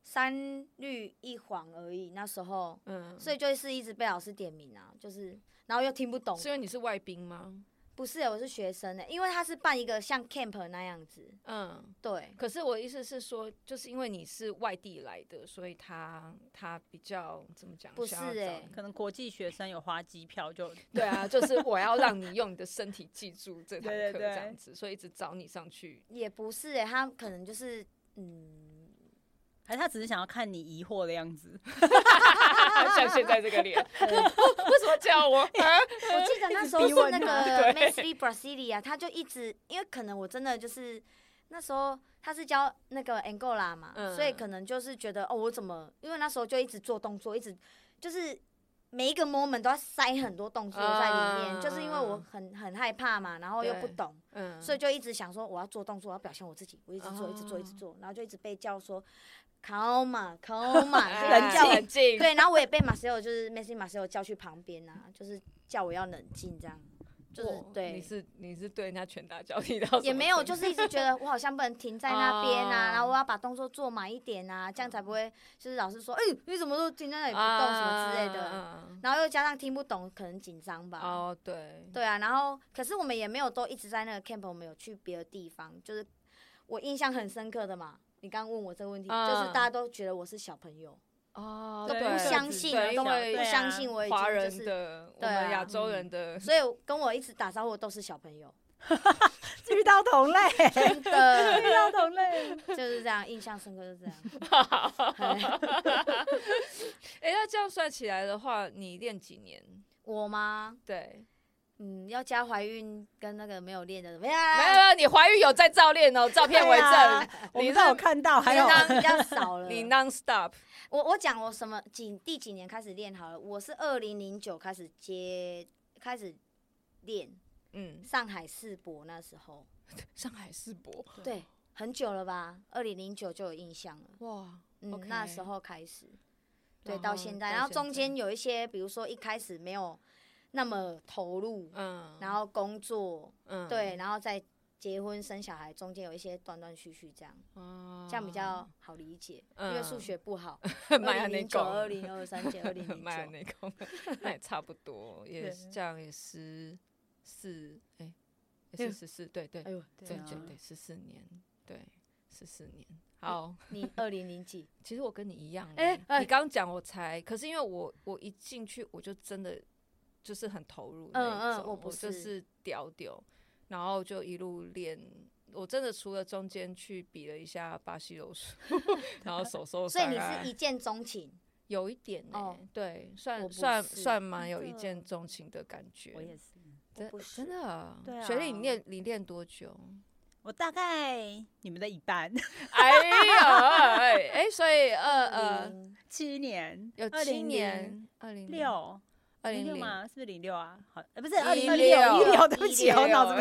S3: 三绿一黄而已，那时候。
S1: 嗯，
S3: 所以就是一直被老师点名啊，就是然后又听不懂。
S1: 是因为你是外宾吗？
S3: 不是、我是学生呢、欸因为他是办一个像 camp 那样子，
S1: 嗯，
S3: 对
S1: 可是我意思是说，就是因为你是外地来的，所以他他比较怎么讲？
S3: 不
S1: 想要
S3: 是
S1: 找
S3: 欸
S1: 你
S2: 可能国际学生有花机票就
S1: 对啊，就是我要让你用你的身体记住这
S3: [LAUGHS]
S1: 堂
S2: 对对
S1: 课
S2: 对
S1: 这样子，所以一直找你上去。
S3: 也不是哎、他可能就是嗯，
S2: 还是他只是想要看你疑惑的样子，
S1: [LAUGHS] 像现在这个
S3: [LAUGHS]
S1: 脸， [LAUGHS] 为什么叫我？啊
S3: 呃我记得那时候
S2: 逼
S3: 是
S2: 问
S3: 那
S2: 他
S1: [LAUGHS]
S3: 个 m
S1: 对
S3: a s l y Brasilia，他就一直因为可能我真的就是那时候他是教那个 Angola 嘛，
S1: 嗯
S3: 所以可能就是觉得哦，我怎么因为那时候就一直做动作，一直就是。每一个 moment 都要塞很多动作在里面，
S1: 啊
S3: 就是因为我很很害怕嘛，然后又不
S1: 对
S3: 懂，
S1: 嗯
S3: 所以就一直想说我要做动作，我要表现我自己，我一直做，一直做，一直
S1: 哦
S3: 做，然后就一直被叫说
S1: [LAUGHS]
S3: calm calm，
S1: 哎
S2: 冷
S3: 叫我
S1: 冷静，
S3: 对，然后我也被马塞尔就是 Messi 马塞尔叫去旁边啊，就是叫我要冷静这样，就是
S1: 哇你
S3: 对，
S1: 是你是对人家拳打脚踢到什么程度，
S3: 也没有，就是一直觉得我好像不能停在那边啊，
S1: 哦嗯
S3: 然后我要把动作做满一点啊，这样才不会就是老师说，哎、你怎么都停在那里不动什么之类的，
S1: 啊。
S3: 然后又加上听不懂，可能紧张吧。
S1: 哦，对，
S3: 对啊，然后可是我们也没有都一直在那个 camp，我们有去别的地方，就是我印象很深刻的嘛。你刚刚问我这个问题，就是
S1: 嗯
S3: 大家都觉得我是小朋友，
S1: 哦，
S3: 都
S2: 对
S3: 不
S2: 各
S3: 相
S2: 自
S3: 信，
S2: 对
S3: 都
S2: 对
S3: 不
S2: 啊
S3: 相信我已经
S1: 华
S3: 就
S1: 人
S3: 是，
S1: 的，我
S3: 对啊
S1: 们亚洲人
S3: [LAUGHS]
S1: 的， [LAUGHS]
S3: 所以跟我一直打招呼的都是小朋
S2: [LAUGHS]
S3: 友，
S2: [LAUGHS] 遇到同类，
S3: 真
S2: [LAUGHS]
S3: 的
S2: 遇到同类，
S3: 就是这样，印象深刻就是这样。哎
S1: 哎，那这样算起来的话，你练几年？
S3: 我吗？
S1: 对，
S3: 嗯，要加怀孕跟那个没有练的，没
S1: 没
S3: 有
S1: 有，没有，你怀孕有在照练哦，照片为
S2: 对啊
S1: 证，
S2: 我
S1: 你
S2: 们
S1: 让
S2: 都有看到，还有
S1: [LAUGHS]
S3: 平常比较少了。
S1: 你 non stop
S3: 我我讲我什么几第几年开始练好了？我是二零零九开始接开始练
S1: 嗯，
S3: 上海世博那时候，
S1: 上海世博，
S3: 对，很久了吧？二零零九就有印象了，
S1: 哇，
S3: 嗯
S1: OK
S3: 那时候开始，对，
S1: 然
S3: 到
S1: 后
S3: 现在，
S1: 到
S3: 然后
S1: 现
S3: 中间
S1: 在
S3: 有一些，比如说一开始没有那么投入，
S1: 嗯，
S3: 然后工作，
S1: 嗯，
S3: 对，然后再结婚生小孩，中间有一些断断续续这样，
S1: 哦，
S3: 这样比较好理解，因为数
S1: 嗯
S3: 学
S1: [LAUGHS]
S3: 不好，
S1: 买
S3: 二
S1: 安
S3: 零
S1: 内
S3: 零九、
S1: 贡，
S3: 二零二三届、二
S1: [LAUGHS]
S3: 零零
S1: 买安
S3: 九，
S1: 内贡，那也差不多，也
S2: 对
S1: 是这样也十四，哎，也是十四，对对
S3: 哎呦，
S1: 对
S2: 对啊
S1: 对对，十四年，对，十四年。好，
S3: 你二零零 [LAUGHS] 几？
S1: 其实我跟你一样欸，
S3: 哎哎
S1: 你刚讲我才，可是因为我我一进去我就真的就是很投入那
S3: 嗯嗯
S1: 一种，
S3: 我不
S1: 就是是屌屌，然后就一路练。我真的除了中间去比了一下巴西柔术， [LAUGHS] 然后手受
S3: 所以
S1: 伤
S3: 你
S1: 啊，
S3: 是一见钟情，
S1: 有一点呢、
S3: 哦
S1: 对，
S3: 我
S1: 算
S3: 不
S1: 算
S3: 是
S1: 算蛮有一
S2: 真的
S1: 见钟情的感觉。
S2: 我也是，
S1: 真
S3: 不
S1: 真的啊，
S2: 对
S1: 学历你
S2: 啊
S1: 练你练多久？ [LAUGHS]
S2: 我大概你们的一半， [LAUGHS]
S1: 哎呀，哎哎，所以呃呃，
S3: [LAUGHS] 嗯，
S2: 七年，
S1: 有七
S2: 2006
S1: 年，二零
S2: 六
S1: 二
S2: 零
S1: 零
S2: 六
S1: 零
S2: 吗？是不是零六啊？好，呃，不是
S1: 一
S2: 二零一
S1: 六
S2: 六一六，对不起，
S3: 一六
S2: 我脑子没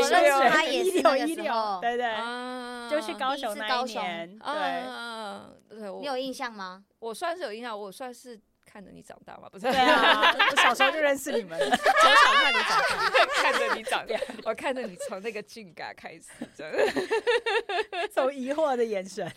S3: 我认识他也是那个
S2: 一
S3: 时
S2: 六，
S3: 候，
S2: 对对，
S1: 啊
S2: 就去高雄
S3: 第一次
S2: 那
S3: 高
S2: 一
S3: 雄
S2: 年，
S1: 啊
S2: 对，
S1: 啊，啊对
S3: 你
S1: 我
S3: 有印象吗？
S1: 我算是有印象，我算是看着你长大嘛，不是？
S2: 对啊，我小时候就认识你 [LAUGHS] 们了，
S4: 从小看你长大，
S1: [LAUGHS] 看着你长
S2: 啊
S1: 大，我看着你从那个俊嘎开始，真的。
S2: [LAUGHS] 从疑惑的眼神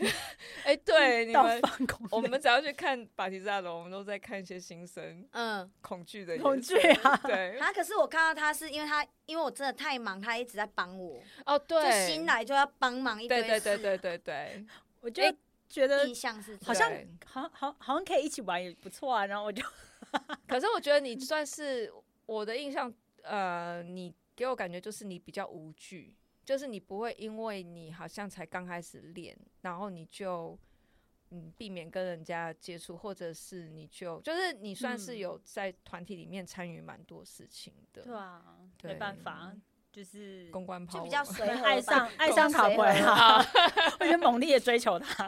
S1: 哎、对，你
S2: 到
S1: 们，
S2: 放空，
S1: 我们只要去看巴提萨罗，我们都在看一些新生
S3: 嗯，
S1: 恐惧
S2: [LAUGHS]
S1: 的眼
S2: 恐
S1: 神
S2: 惧啊，
S1: [LAUGHS] 对，
S3: 啊，可是我看到他是因为他，因为我真的太忙，他一直在帮我，
S1: 哦，
S3: 就
S1: 对，
S3: 新来就要帮忙一堆
S1: 对对对
S3: 事
S1: 对对对，
S2: 我就觉得
S3: 印象是这
S2: 好
S3: 样
S2: 像
S1: 对
S2: 好好好像可以一起玩也不错啊，然后我就
S1: 可是我觉得你算是我的印象，呃，你给我感觉就是你比较无惧，就是你不会因为你好像才刚开始练，然后你就嗯避免跟人家接触，或者是你就就是你算是
S2: 嗯
S1: 有在团体里面参与蛮多事情的，
S2: 对啊，
S1: 对
S2: 没办法，就是
S1: 公关跑
S3: 就比较随和吧，
S2: 爱上爱上卡
S3: 比较随
S2: 普
S3: 和
S2: 埃拉，啊 [LAUGHS] 我觉得猛烈地追求他，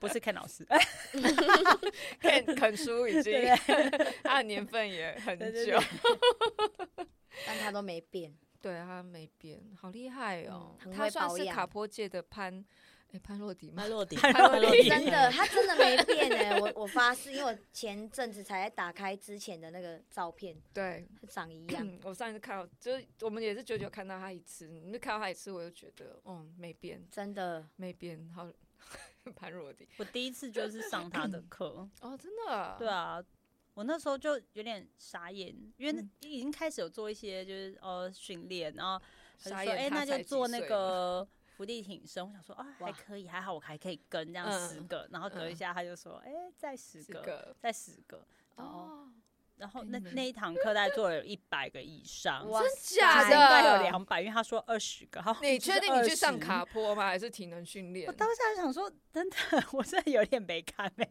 S2: 不是 Ken 老师，
S1: 肯肯叔已经
S2: 对
S1: 他的年份也很久，
S2: 对对对
S3: 但他都没 [LAUGHS] 变。
S1: 对他没变，好厉害哦，
S3: 嗯很
S1: 他
S3: 会
S1: 算
S3: 保
S1: 是
S3: 养
S1: 卡坡界的潘。哎，潘若迪吗
S4: 潘？落地，
S2: 潘
S4: 潘
S2: 若
S4: 落
S2: 迪
S4: 地，
S3: 真的，他真的没变哎、我我发誓，因为我前阵子才打开之前的那个照片，
S1: 对，
S3: 他长一样。
S1: 嗯，我上一次看到，就是我们也是久久看到他一次，你就看到他一次，我就觉得，嗯，没变，
S3: 真的，
S1: 没变，好， [LAUGHS] 潘若迪，
S2: 我第一次就是上他的课，
S1: 哦，真的，
S2: 对，啊。我那时候就有点傻眼，因为
S1: 嗯
S2: 已经开始有做一些就是呃训练，然后他就
S1: 傻
S2: 说
S1: 眼，
S2: 哎、
S1: 他
S2: 那
S1: 才
S2: 就
S1: 几
S2: 做那
S1: 岁嘛，
S2: 个伏地挺身。我想说啊，还
S3: 哇
S2: 可以，还好我还可以跟这样
S1: 嗯
S2: 十个，然后隔一
S1: 嗯
S2: 下他就说，哎、再十
S1: 这
S2: 个，
S1: 个，
S2: 再十个，然后
S1: 哦，
S2: 然后
S1: 哎
S2: 那
S1: 你们
S2: 那一堂课大概做了有一百个以上，
S3: 哇
S1: 真
S3: 塞
S1: 假
S2: 其
S1: 的？
S2: 实应该有两百，因为他说二十个，然后
S1: 你确定你去上
S2: 20
S1: 卡？坡吗？还是体能训练
S2: 我？当下想说，真的， [LAUGHS] 我真的有点没看哎、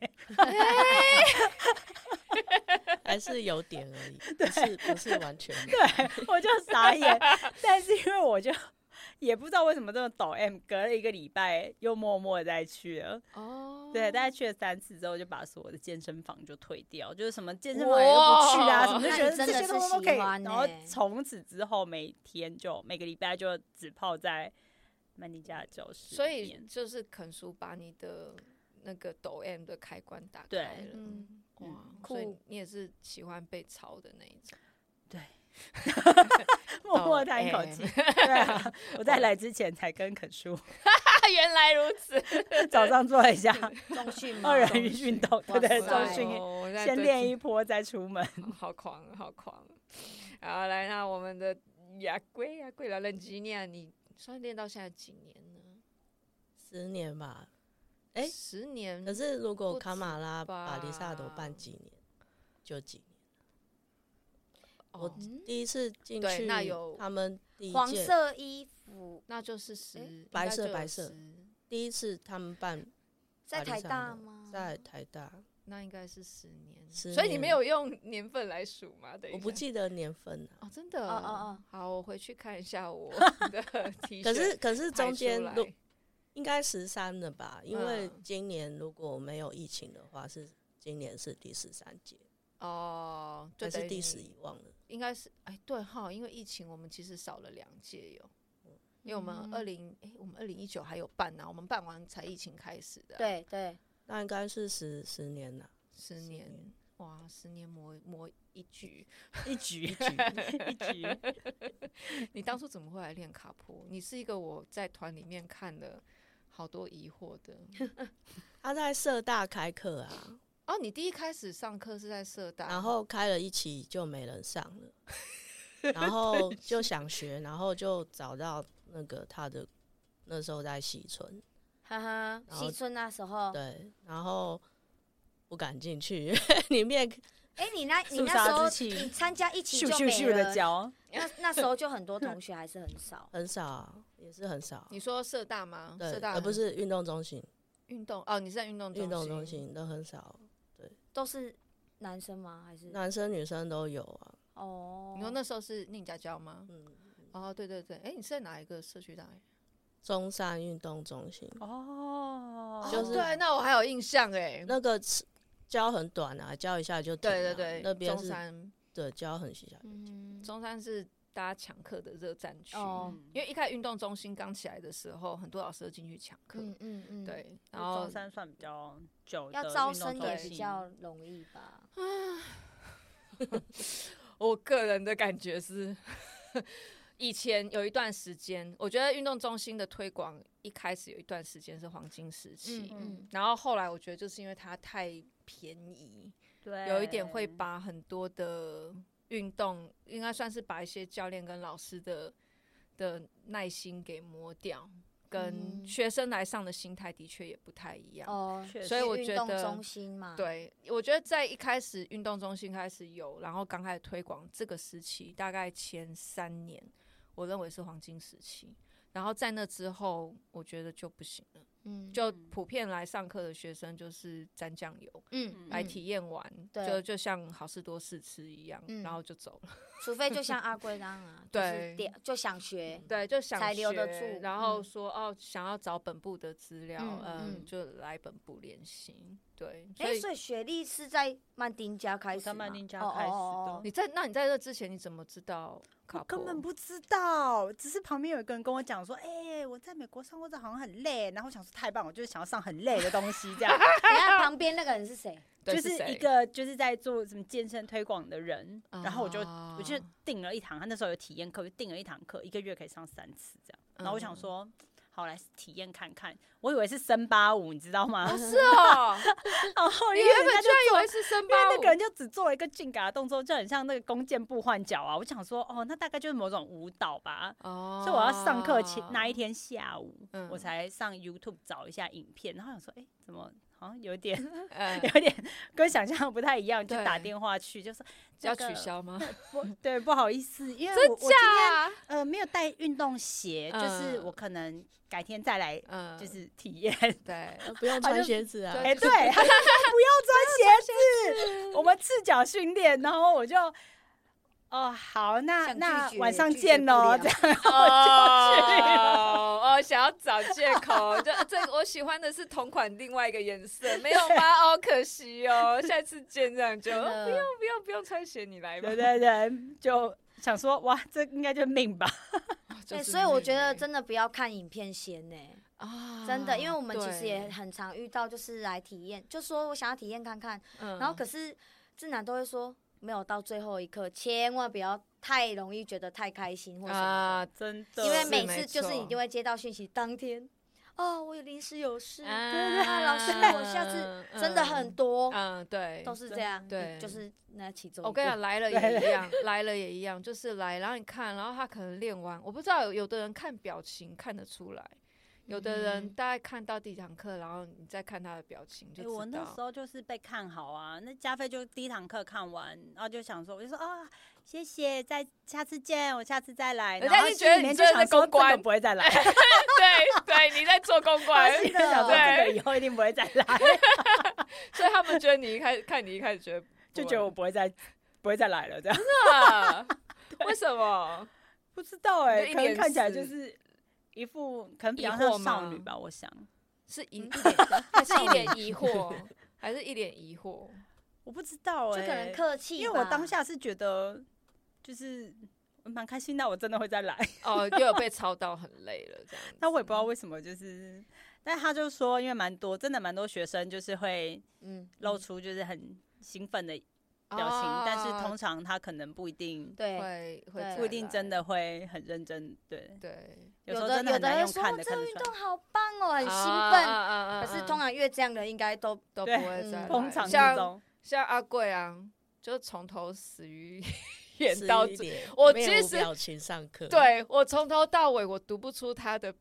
S4: 还是有点而已，不是不是完全的。
S2: 对，我就傻眼。但是因为我就也不知道为什么这么抖 M，隔了一个礼拜又默默地再去了。
S1: 哦，
S2: 对，大概去了三次之后，就把所有的健身房就退掉，就是什么健身房也都不去啦、
S1: 哇
S2: 什么就
S3: 那
S2: 觉得
S3: 你
S2: 这
S3: 真的
S2: 些
S3: 是
S2: 东西都可以。
S3: 喜欢
S2: 然后
S3: 欸
S2: 从此之后，每天就每个礼拜就只泡在曼妮家的教室里面，
S1: 所
S2: [LAUGHS]
S1: 以就是肯叔把你的那个抖 M 的开关打
S2: 对
S1: 开了，
S3: 嗯
S1: 哇，
S2: 嗯
S1: 所以
S3: 酷
S1: 你也是喜欢被操的那一种，
S2: 默
S3: 哦
S2: 默叹一口气。
S3: 哎
S2: 对啊， [LAUGHS] 我在来之前才跟肯
S1: [LAUGHS]
S2: 叔 [LAUGHS]
S1: 啊，原来如此。
S2: 早上做了一下
S3: 中训吗？
S2: 二人运动，对对，
S3: 哇塞
S2: 中训
S1: 哦我在
S2: 先
S1: 对
S2: 练
S1: 自
S2: 一波再出门。
S1: 好狂，好狂。好，来，那我们的雅啊贵，雅贵聊了几年？你算练到现在几年呢？
S4: 十年吧。哎
S1: 十年
S4: 可。是如
S1: 不
S4: 果
S1: 止
S4: 卡马拉、
S1: 吧
S4: 巴黎萨都办几年，就几年。
S1: 哦，
S3: 嗯
S4: 第一次进
S1: 对
S4: 去，
S1: 那有
S4: 他们第一
S3: 黄
S4: 届，
S3: 色衣服
S1: 那就是十
S3: 诶
S1: 应
S4: 白
S1: 该
S4: 色
S1: 就有
S4: 白色
S1: 10
S4: 第一次他们办
S3: 在
S4: 巴
S3: 台
S4: 黎萨
S3: 大
S4: 的
S3: 吗？
S4: 在台大，
S1: 那应该是十年。
S4: 10
S1: 所以你
S4: 年
S1: 没有用年份来数吗？等一
S4: 我不
S1: 下
S4: 记得年份了。
S1: 哦，真的。
S3: 哦哦
S1: 好，我回去看一下我的 T 恤。
S4: 可是可是中间
S1: 来，
S4: 如应该十三了吧？因为
S1: 嗯
S4: 今年如果没有疫情的话，是今年是第十三届
S1: 哦，就
S4: 还
S1: 等
S4: 是
S1: 于
S4: 第
S1: 你
S4: 十一忘了？
S1: 应该是哎，对哈，因为疫情我们其实少了两届有，因为我们
S3: 嗯
S1: 二零哎，我们二零一九还有办呢、我们办完才疫情开始的啊、
S3: 对对，
S4: 那应该是十十年啊了。
S1: 十年
S4: 年
S1: 哇，十年磨磨 [LAUGHS] 一局。
S2: 一局
S1: [LAUGHS]
S2: 一局一局，
S1: 你当初怎么会来练卡坡？你是一个我在团里面看了好多疑惑
S4: [LAUGHS]
S1: 的
S4: 他在社大开课啊，
S1: 哦。你第一开始上课是在社大，
S4: 然后开了一期就没人上
S1: [LAUGHS]
S4: 了，然后就想学，然后就找到那个他的那时候在西村，
S3: 哈哈，
S4: 然后
S3: 西村那时
S1: 哦
S3: 候，
S4: 对，然后不敢进去， [LAUGHS] 里面
S3: 哎，你那你
S2: 肃
S3: 那时
S2: 杀
S3: 候
S2: 之气
S3: 你参加一起
S2: 咻咻
S3: 就没
S2: 咻的
S3: 了，
S2: 教，
S3: 那那时候就很多同学还是很少。
S4: 很少啊，也是很少啊。
S1: 你说社大吗？
S4: 对，
S1: 社大
S4: 而不是运动中心，
S1: 运动哦，你是在运动
S4: 运动中
S1: 心。
S4: 心都很少，
S3: 都是男生吗？还
S1: 嗯
S3: 是
S4: 男生女生都有啊。
S3: 哦？
S1: 你说那时候是宁家教吗？
S4: 嗯，
S1: 哦，对对对，哎，你是在哪一个社区大学？
S4: 中山运动中心
S2: 哦
S1: 哦
S4: 就是
S1: 对，那我还有印象哎。
S4: 那个是教很短啊，教一下就停、啊。
S1: 对对对，
S4: 那边
S1: 中
S4: 是
S1: 山，
S4: 对教很细小。
S3: 嗯，
S1: 中山是大家抢课的热战区，
S3: 哦，
S1: 因为一开始运动中心刚起来的时候，很多老师都进去抢课，
S3: 嗯嗯嗯，，
S1: 对，然后
S2: 中山算比较久的
S3: 要
S2: 运
S3: 招
S2: 动
S3: 生
S2: 中
S3: 也
S1: 心
S3: 比较容易吧？
S1: 我个人的感觉是，以前有一段时间，我觉得运动中心的推广一开始有一段时间是黄金时期，
S3: 嗯
S1: 然后后来我觉得就是因为它太便宜，
S2: 对
S1: 有一点会把很多的运动，应该算是把一些教练跟老师的的耐心给磨掉，跟
S3: 嗯
S1: 学生来上的心态的确也不太一
S3: 嗯，
S1: 样。
S3: 哦，
S2: 确
S1: 所以
S3: 是
S1: 我
S3: 运
S1: 觉
S3: 动
S1: 得
S3: 中心嘛，，
S1: 对，我觉得在一开始运动中心开始有，然后刚开始推广这个时期，大概前三年，我认为是黄金时期。然后在那之后，我觉得就不行了，
S3: 嗯，
S1: 就普遍来上课的学生就是沾酱油、
S3: 嗯
S1: 来
S3: 嗯
S1: 体验完，
S3: 对
S1: 就就像好事多试吃一样，
S3: 嗯
S1: 然后就走了。
S3: 除非就像阿贵那样啊，就是
S1: 对
S3: 点就想学，
S1: 对，就想
S3: 才留得
S1: 学
S3: 住
S1: 然后
S3: 嗯
S1: 说、哦，想要找本部的资料，
S3: 嗯
S1: 嗯，
S3: 嗯
S1: 就来本部联系。对，所
S3: 哎，
S1: 以
S3: 所以学历是在曼丁家开
S2: 我
S3: 始
S2: 在
S3: 吗，
S2: 曼丁家
S3: 哦
S2: 开始的
S3: 哦哦
S1: 你在那你在这之前你怎么知道卡
S2: 我
S1: 波？
S2: 根本不知道，只是旁边有一个人跟我讲说：“哎、我在美国上过这好像很累。”然后我想说太棒，我就是想要上很累的东西，这样
S3: [LAUGHS] 等一下旁边那个人是谁？
S1: [LAUGHS] 对
S2: 就是是一
S1: 谁
S2: 个就是在做什么健身推广的人。然后我就
S1: 啊
S2: 我就订了一堂，他那时候有体验课，就订了一堂课，一个月可以上三次
S1: 嗯
S2: 这样。然后我想说，好来体验看看，我以为是森巴舞，你知道吗？
S1: 是
S2: [LAUGHS]
S1: 哦，
S2: 然后
S1: 你
S2: 因为
S1: 原
S2: 人
S1: 本
S2: 家
S1: 居
S2: 就
S1: 然以
S2: 做
S1: 为是森
S2: 因为
S1: 巴
S2: 那
S1: 舞
S2: 个人就只做了一个劲嘎的动作，就很像那个弓箭步换脚啊。我想说，哦，那大概就是某种舞蹈吧。
S1: 哦
S2: 所以我要上课前那一天下午，
S1: 嗯
S2: 我才上 YouTube 找一下影片，然后想说，哎、怎么好像有点 [LAUGHS]
S1: 呃
S2: 有点跟想象不太一样，就
S1: 对
S2: 打电话去，就说
S1: 要
S2: 这
S1: 取
S2: 个
S1: 消
S2: [LAUGHS]
S1: 吗？
S2: 不对，不好意思，因为
S1: 真
S2: 我我今天
S1: 假？
S2: 呃没有带运动鞋，就是
S1: 嗯
S2: 我可能改天再来，
S1: 嗯，
S2: 就是体验。
S1: 对，
S4: 呃不用
S2: 他
S4: 穿
S2: 就
S4: 鞋子啊，
S1: [LAUGHS] 对
S2: 哎、对， [LAUGHS] 他就说不要穿鞋子， [LAUGHS] 我们赤脚训练，然后我就，哦，好，那
S3: 想
S2: 那
S3: 拒绝
S2: 晚上
S3: 拒绝
S2: 见
S3: 不
S2: 喽，
S3: 了
S2: 这样 [LAUGHS]
S1: 哦哦，想要找借口，
S3: [LAUGHS]
S1: 就这我喜欢的是同款另外一个颜色，没有
S3: [LAUGHS]
S1: 吗？哦，可惜哦，下次见这样就
S3: 真
S1: 哦
S3: 的
S1: 不用不用不用穿鞋，你来吧
S2: 对。对对，就想说，哇，这应该就是命吧，
S1: [LAUGHS] 就
S3: 对，
S1: 是
S3: 哎所以我
S1: 命
S3: 觉得
S1: 欸
S3: 真的不要看影片先呢、
S1: 啊
S3: 真的，因为我们其实也
S1: 对
S3: 很常遇到，就是来体验，就说我想要体验看看，
S1: 嗯
S3: 然后可是志南都会说没有到最后一刻，千万不要太容易觉得太开心或什么
S1: 啊
S2: 真
S3: 的，
S2: 的，
S3: 因为
S1: 是
S3: 每
S1: 没
S3: 次就是
S1: 错
S3: 你就会接到讯息，当天哦，我有临时有事，
S1: 啊
S3: 对对对，老师我下次真的很多、
S1: 嗯，对，
S3: 都是这样，
S1: 对
S3: 你就是那其中一个，
S1: 我跟你
S2: [LAUGHS]
S1: 讲，来了
S2: 对
S1: 也一样，来了也一样，就是来，然后你看，然后他可能练完，我不知道有有的人看表情看得出来，有的人
S3: 嗯
S1: 大概看到第一堂课，然后你再看他的表情就
S2: 哎
S1: 知道。
S2: 我那时候就是被看好啊，那加菲就第一堂课看完，然后就想说，我就说啊，谢谢，再下次见，我下次再来。
S1: 人
S2: 然
S1: 家
S2: 后
S1: 就
S2: 心
S1: 觉得
S2: 里
S1: 你
S2: 面
S1: 真的
S2: 想
S1: 是公
S2: 说这个
S1: 关
S2: 不会再
S1: [LAUGHS]
S2: 来，[LAUGHS]
S1: 对对，你在做公关，
S2: 心里面
S3: 真的
S2: 想说这个
S1: 对
S2: 以后一定不会再来， [LAUGHS]
S1: 所以他们觉得你一开始看你一开始觉得
S2: 就觉得我不会再不会再来了，这样。 [LAUGHS]
S1: 得啊为什么？
S2: 不知道哎、
S1: 就一
S2: 可能
S1: 脸
S2: 看起来
S1: 死
S2: 就是一副可能比较
S1: 疑惑
S2: 像
S1: 吗
S2: 少女吧，我想。
S1: 是一一脸，还是一 [LAUGHS] 脸疑惑，嗯还是一脸疑惑？
S2: 我不知道
S3: 就
S2: 哎、
S3: 可能客气吧，
S2: 因为我当下是觉得就是蛮开心的，我真的会再来。 [LAUGHS]
S1: 哦，又有被操到，很累了这样子。
S2: 但我也不知道为什么，就是，但他就说，因为蛮多，真的蛮多学生就是会
S3: 嗯，
S2: 露出就是很兴奋的表情，但是哎
S1: 啊
S2: 通常他可能不一定
S3: 对。
S1: 会
S3: 哦对
S1: 会
S2: 不一定真
S1: 的。
S2: 的会很认真，对，
S1: 对，
S2: 时
S3: 有
S2: 候
S3: 的
S2: 真的
S3: 有
S2: 很
S3: 的
S2: 难
S3: 人
S2: 用
S3: 说
S2: 看的
S3: 这
S2: 看
S3: 个
S2: 得
S3: 运
S2: 出
S3: 动
S2: 来。
S3: 好棒哦，很兴
S1: 啊
S3: 奋。
S1: 啊啊啊
S3: 可是
S1: 啊
S3: 通常越这样的应该都
S1: 都不
S2: 对
S1: 会再来
S3: 嗯
S2: 通常这
S1: 像
S2: 种，
S1: 像阿贵啊，就从头死于 [LAUGHS]
S4: 是
S1: 演到
S4: 一
S1: 最，
S4: 点
S1: 我
S4: 面
S1: 其
S4: 无
S1: 实
S4: 表情上课，，
S1: 对我从头到尾我读不出他的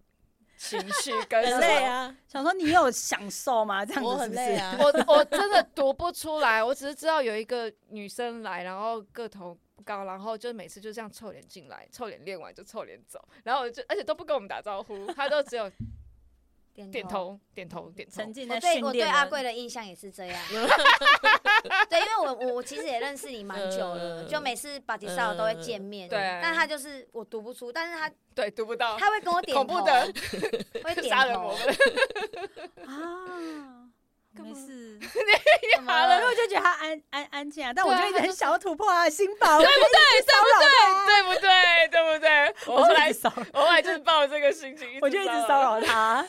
S1: 情绪跟
S4: 很
S1: 什
S4: 累
S1: 么。
S4: 啊，
S2: 想说你有享受吗？这样子
S4: 我
S2: 是
S4: 很
S2: 不
S4: 累
S2: 是？
S4: 啊，
S1: 我我真的读不出来，我只是知道有一个女生来，然后个头不高，然后就每次就这样臭脸进来，臭脸练完就臭脸走，然后我就而且都不跟我们打招呼，她都只有点。头点头点头
S2: 沉。浸
S3: 我
S2: 在
S3: 对
S2: 训
S3: 我对
S2: 练
S3: 阿
S2: 的
S3: 贵的印象也是
S2: [LAUGHS]
S3: 这样，对，因为我我我其实也认识你蛮久了，
S4: 嗯
S3: 就每次巴迪萨都会见面，
S1: 对
S3: 但他就是我读不出，但是他
S1: 对，读不到。
S3: 他会跟我点头，
S1: [LAUGHS] 恐怖的
S3: 会点
S1: 杀人魔
S3: 头，
S1: 们
S2: 啊，没事，
S1: 干嘛
S2: 因为
S1: 了？
S2: 我就觉得他安安安静啊，但我
S1: 对啊
S2: 就一直
S1: 他
S2: 很
S1: 就是
S2: 想要突破他的心房，对不对？
S1: [LAUGHS] 对
S2: 骚扰
S1: 不对？对不对？
S2: 他，
S1: 我后来
S2: [LAUGHS] 一直骚扰，
S1: 我后来就是抱着这个心情，
S2: 我就一直骚
S1: 扰。
S2: 扰他。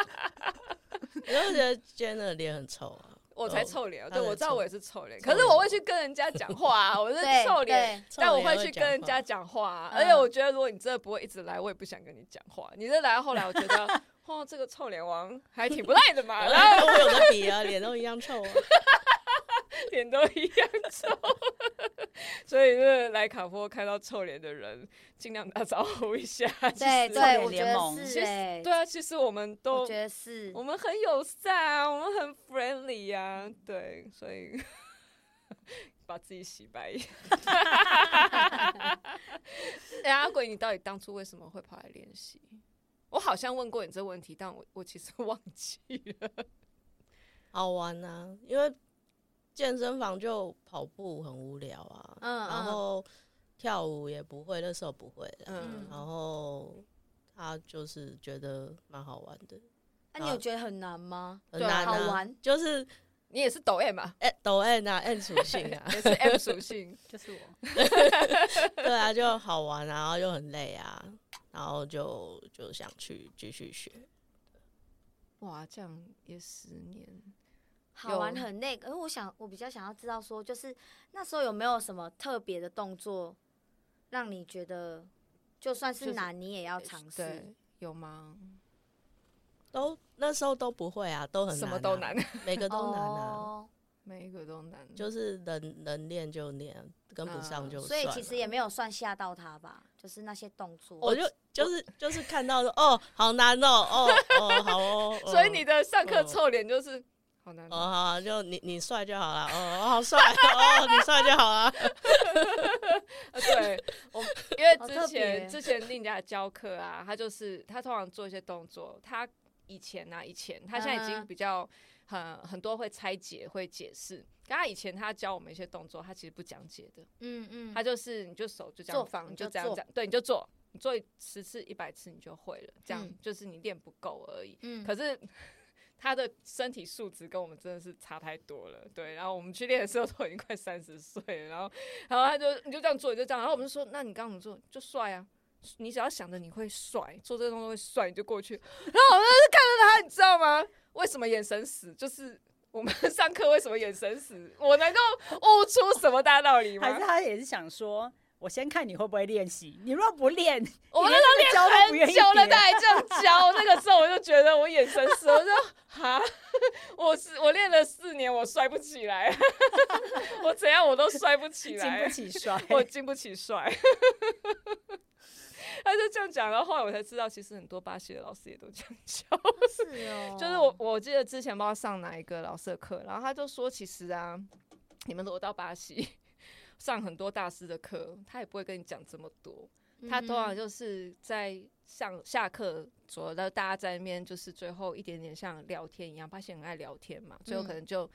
S4: 我就觉得 Jen 的脸很臭啊，
S1: 我才臭脸，
S4: 他
S1: 对
S4: 很
S1: 我知道
S4: 臭
S1: 我也是臭脸，
S4: 臭
S1: 可
S4: 脸
S1: 是我会去跟人家讲话啊，我是
S3: 对
S1: 臭脸，
S3: 对
S1: [LAUGHS] 但我
S4: 臭脸
S1: 会
S4: 会
S1: 去
S4: 讲
S1: 跟人
S4: 话
S1: 家讲话啊，
S3: 嗯
S1: 而且我觉得如果你真的不会一直来，我也不想跟你讲话。你这来到后来，我觉得，哦，这个臭脸王还挺不赖的
S4: [LAUGHS]
S1: 嘛， [LAUGHS] 然后
S4: 然后我有的比啊，脸都一样臭啊。
S1: 脸都一样臭，所以就是来卡坡看到臭脸的人，尽量打招呼一下。其
S3: 对
S1: 实
S2: 少
S3: 对，
S2: 年
S3: 我觉
S2: 联盟
S3: 得
S1: 其
S3: 是
S1: 实
S3: 哎，
S1: 对啊，其实我们
S3: 我
S1: 都
S3: 觉得是嗯
S1: 我。们很友善啊，我们很 friendly 呀、啊，对，所以 [LAUGHS] 把自己洗白一下。 [LAUGHS] 哎、阿鬼，你到底当初为什么会跑来练习？我好像问过你这问题，但我我其实忘记了。
S4: 好玩啊，因为健身房就跑步很无聊啊，
S3: 嗯
S4: 然后跳舞也不会，那时候不会的，
S1: 嗯
S4: 然后他就是觉得蛮好玩的，
S3: 啊那你有觉得很难吗？
S4: 很
S1: 对啊
S4: 难、
S3: 好
S4: 啊、
S3: 玩，
S4: 就是
S1: 你也是抖 M 嘛，
S4: 哎抖 N 啊 [LAUGHS] N 属性啊，
S1: [LAUGHS] 也是 M 属性，
S2: [LAUGHS] 就是我，
S4: 对啊，就好玩啊，然后又很累啊，然后就就想去继续学，
S1: [LAUGHS] 哇，这样也十年。
S3: 好玩
S1: 有
S3: 很累。可是我想，我比较想要知道说，就是那时候有没有什么特别的动作，让你觉得就算
S1: 就是是
S3: 难，你也要尝试？
S1: 对，有吗？
S4: 都那时候都不会啊，都很难、
S1: 什么都难，，
S4: 每个都难啊。
S3: 哦
S1: 每一个都难。
S4: 就是能能练就练，跟不上就、
S3: 嗯
S4: 算啊
S3: 所以其实
S4: 了
S3: 也没有算吓到他吧，就是那些动作。
S4: 我就就是就是看到说哦，好难哦，哦哦好
S3: [LAUGHS]
S4: 哦，哦
S1: 所以你的上课
S4: 嗯
S1: 臭脸就是好难
S4: 哦
S1: 哦
S4: 好啊，就你你帅就好了，哦好帅哦，你帅就好了，
S1: 呃对我，因为
S3: 好
S1: 之
S3: 特
S1: 前
S3: 别欸
S1: 之前令家教课啊，他就是他通常做一些动作，他以前啊以前，他现在已
S3: 嗯
S1: 经
S3: 哼
S1: 比较很很多会拆解会解释。可他以前他教我们一些动作，他其实不讲解的，
S3: 嗯嗯，
S1: 他就是你就手就这样
S3: 做
S1: 放，你
S3: 你
S1: 就
S3: 就
S1: 这样
S3: 做
S1: 这样，对，你就做，你做十次一百次你就会了，这样、
S3: 嗯
S1: 就是你练不够而已。
S3: 嗯
S1: 可是 [LAUGHS] 他的身体素质跟我们真的是差太多了，对。然后我们去练的时候都已经快三十岁了，然后，然后他就你就这样做，你就这样，然后我们就说，那你刚刚怎么做？就帅啊。你只要想着你会帅，做这个动作会帅，你就过去。然后我们就是看着他，你知道吗？为什么眼神死？就是我们 [LAUGHS] 上课为什么眼神死？我能够悟出什么大道理
S2: 还是
S1: 吗？
S2: 他也是想说，我先看你会不会练习，你若不练，
S1: 我们
S2: 你连这个胶都不
S1: 很
S2: 愿意
S1: 久了，
S2: 叠
S1: 他还这样教。那个时候我就觉得我眼神死了，我就哈， [LAUGHS] 我是我练了四年，我帅不起来， [LAUGHS] 我怎样我都帅不起
S2: 经
S1: 来
S2: 不，起摔。 [LAUGHS]
S1: 我经不起 [LAUGHS] 帅。他就这样讲，然后后来我才知道，其实很多巴西的老师也都这样教。
S3: 是哦，
S1: 就是我我记得之前不知道上哪一个老师的课，然后他就说，其实啊，你们如果到巴西上很多大师的课，他也不会跟你讲这么多，他通常
S3: 就
S1: 就是在上下课左右，然后大家在那边就是最后一点点像聊天一样，发现很爱聊天嘛，最后可能就。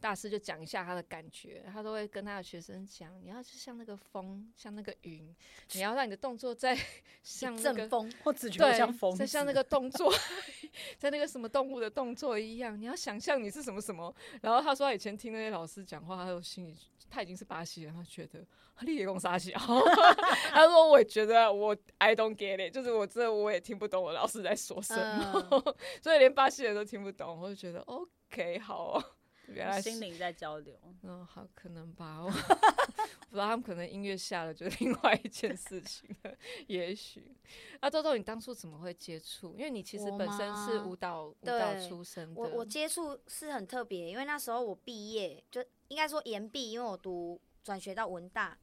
S1: 大师就讲一下他的感觉，他都会跟他的学生讲，你要去像那个风，像那个云，你要让你的动作在 [LAUGHS] 像那个
S3: 阵风，
S2: 我只觉
S1: 对，
S2: 得像疯
S1: 在
S2: 子，
S1: 像那
S2: [LAUGHS]
S1: 个动作， [LAUGHS] 在那个什么动物的动作一样，你要想象你是什么什么。然后他说他以前听那些老师讲话，他就心里他已经是巴西人，他觉得立野公沙
S2: [LAUGHS]
S1: 西， [LAUGHS] 他说我也觉得我 I don't get it，就是我真的我也听不懂我老师在说什
S2: 嗯
S3: 嗯
S1: 么，所以连巴西人都听不懂，我就觉得 OK 好、哦， [LAUGHS] 原来
S2: 心
S1: 是。
S2: 灵在交流。
S1: 嗯，好，可能吧，我不知道他们可能音乐下了就是另外一件事情了，也许。那豆豆，你当初怎么会接触？因为你其实
S3: 我
S1: 本身是
S3: 吗
S1: 舞蹈舞
S3: 对
S1: 蹈出身的，
S3: 我我接触是很特别，因为那时候我毕业就应该说延毕，因为我读转学到文大，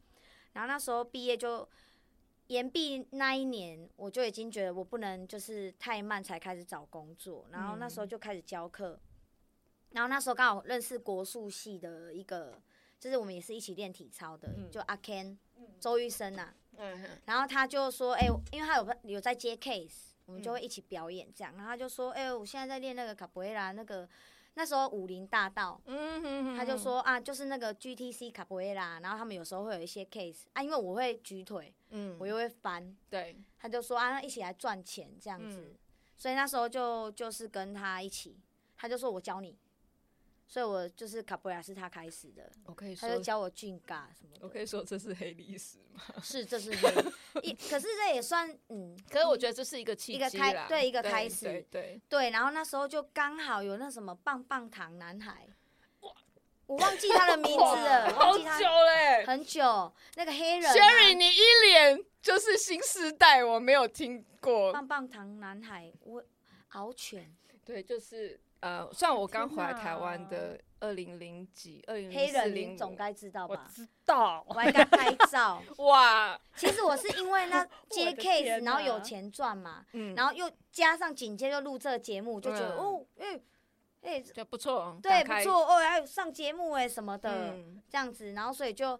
S3: 然后那时候毕业就延毕那一年，我就已经觉得我不能就是太慢才开始找工作，然后那
S1: 嗯
S3: 时候就开始教课，然后那时候刚好认识国术系的一个，就是我们也是一起练体操的，
S1: 嗯
S3: 就阿 Ken 周玉生呐、
S1: 嗯哼
S3: 然后他就说，哎、因为他有有在接 case，我们就
S1: 嗯
S3: 会一起表演这样。然后他就说，哎、我现在在练那个卡布埃拉，那个那时候武林大道，
S1: 嗯哼哼
S3: 他就说啊，就是那个 GTC 卡布埃拉。然后他们有时候会有一些 case 啊，因为我会举腿，
S1: 嗯
S3: 我又会翻，
S1: 对，
S3: 他就说啊，那一起来赚钱这样子。
S1: 嗯
S3: 所以那时候就就是跟他一起，他就说我教你，所以我就是卡布拉是他开始的，
S1: 我可以
S3: 他就教我俊嘎什么的。
S1: 我可以说这是黑历史吗？
S3: 是，这是真的一，可是这也算嗯，
S1: 可是我觉得这是一个契
S3: 一个
S1: 机
S3: 开
S1: 啦
S3: 对一个开始
S1: 对对，
S3: 对，然后那时候就刚好有那什么棒棒糖男孩，我忘记他的名字了，
S1: 好
S3: 忘
S1: 久
S3: 记他
S1: 嘞、
S3: 很久，那个黑人啊
S1: Sherry，你一脸就是新时代，我没有听
S3: [LAUGHS]
S1: 过。
S3: 棒棒糖男孩，我敖犬
S1: 对，就是呃，算我刚
S2: 天
S1: 回来台湾
S2: 哪
S1: 的二零零几、二零
S3: 黑人
S1: 嗯零
S3: 你总该知道
S2: 我
S3: 吧？
S2: 知道
S3: 我，还敢拍照，
S1: 哇，
S3: 其实我是
S1: [LAUGHS]
S3: 因为那
S2: 我
S3: 接
S2: 的天
S3: case，然后有
S2: 哪
S3: 钱赚嘛，
S1: 嗯，
S3: 然后又加上紧接着录这个节目，就觉得、
S1: 嗯
S3: 哦，嗯，哎、
S1: 就不错，
S3: 对，
S1: 打
S3: 不
S1: 开
S3: 错哦，还有上节目哎、什么的、
S1: 嗯
S3: 这样子，然后所以就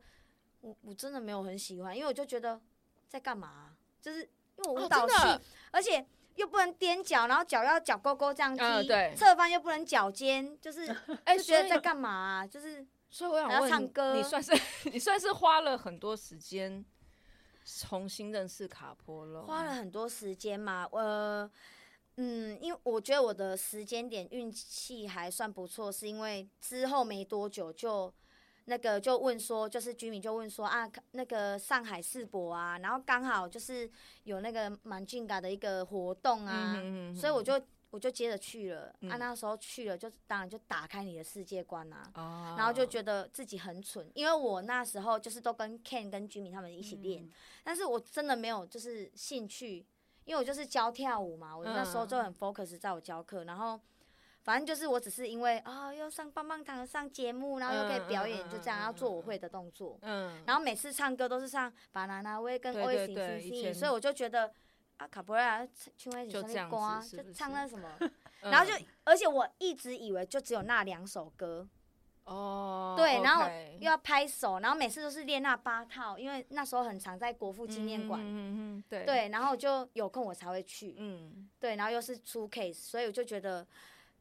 S3: 我我真的没有很喜欢，因为我就觉得在干嘛啊、就是因为我舞
S1: 哦
S3: 蹈
S1: 真
S3: 系，
S1: 的
S3: 而且又不能踮脚，然后脚要脚勾勾这样踢，
S1: 嗯对
S3: 侧翻又不能脚尖，就是
S1: 哎，
S3: 就
S1: 所
S3: 觉得
S1: 以
S3: 在干嘛啊、就是
S1: 所以我想
S3: 还要
S1: 问
S3: 唱
S1: 你
S3: 歌
S1: 你算是你算是花了很多时间重新认识卡波了，
S3: 花了很多时间嘛，呃，嗯，因为我觉得我的时间点运气还算不错，是因为之后没多久就那个就问说，就是居民就问说啊，那个上海世博啊，然后刚好就是有那个满俊嘎的一个活动啊，
S1: 嗯
S3: 所以我就我就接着去了，啊，
S1: 嗯
S3: 那时候去了就当然就打开你的世界观啊。
S1: 啊
S3: 然后就觉得自己很蠢，因为我那时候就是都跟 Ken 跟居民他们一起
S1: 嗯
S3: 练，但是我真的没有就是兴趣，因为我就是教跳舞嘛，我那时候
S1: 嗯
S3: 就很 focus 在我教课，然后反正就是我只是因为啊、又上棒棒糖上节目，然后又可以表演，就这样，然后做我会的动作，
S1: 嗯，
S3: 然后每次唱歌都是唱 banana way 跟
S1: 对
S3: o
S1: 对
S3: s
S1: 对
S3: c
S1: 以前
S3: c 所以我就觉得啊卡布拉去外
S1: 就
S3: 景
S1: 这样
S3: 唱
S1: 子
S3: 歌，啊
S1: 是不
S3: 就是唱那什
S1: [LAUGHS]
S3: 么，
S1: 嗯
S3: 然后就而且我一直以为就只有那两首歌，
S1: 哦，
S3: 对，然后
S1: OK
S3: 又要拍手，然后每次都是练那八套，因为那时候很常在国父纪念馆，
S1: 嗯嗯嗯嗯对，
S3: 对，然后就有空我才会去，
S1: 嗯，
S3: 对，然后又是出 case，所以我就觉得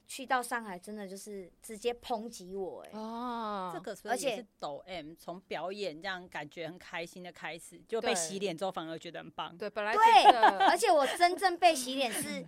S3: 去到上海真的就是直接抨击我、哎、
S1: 哦，
S2: 这个是
S3: 而
S2: 而且
S3: 且
S2: 是抖 M 从表演这样感觉很开心的开始，就被
S1: 对
S2: 洗脸之后反而觉得很棒。
S1: 对，本来
S3: 对
S1: 觉得
S3: 而且我真正被洗脸是，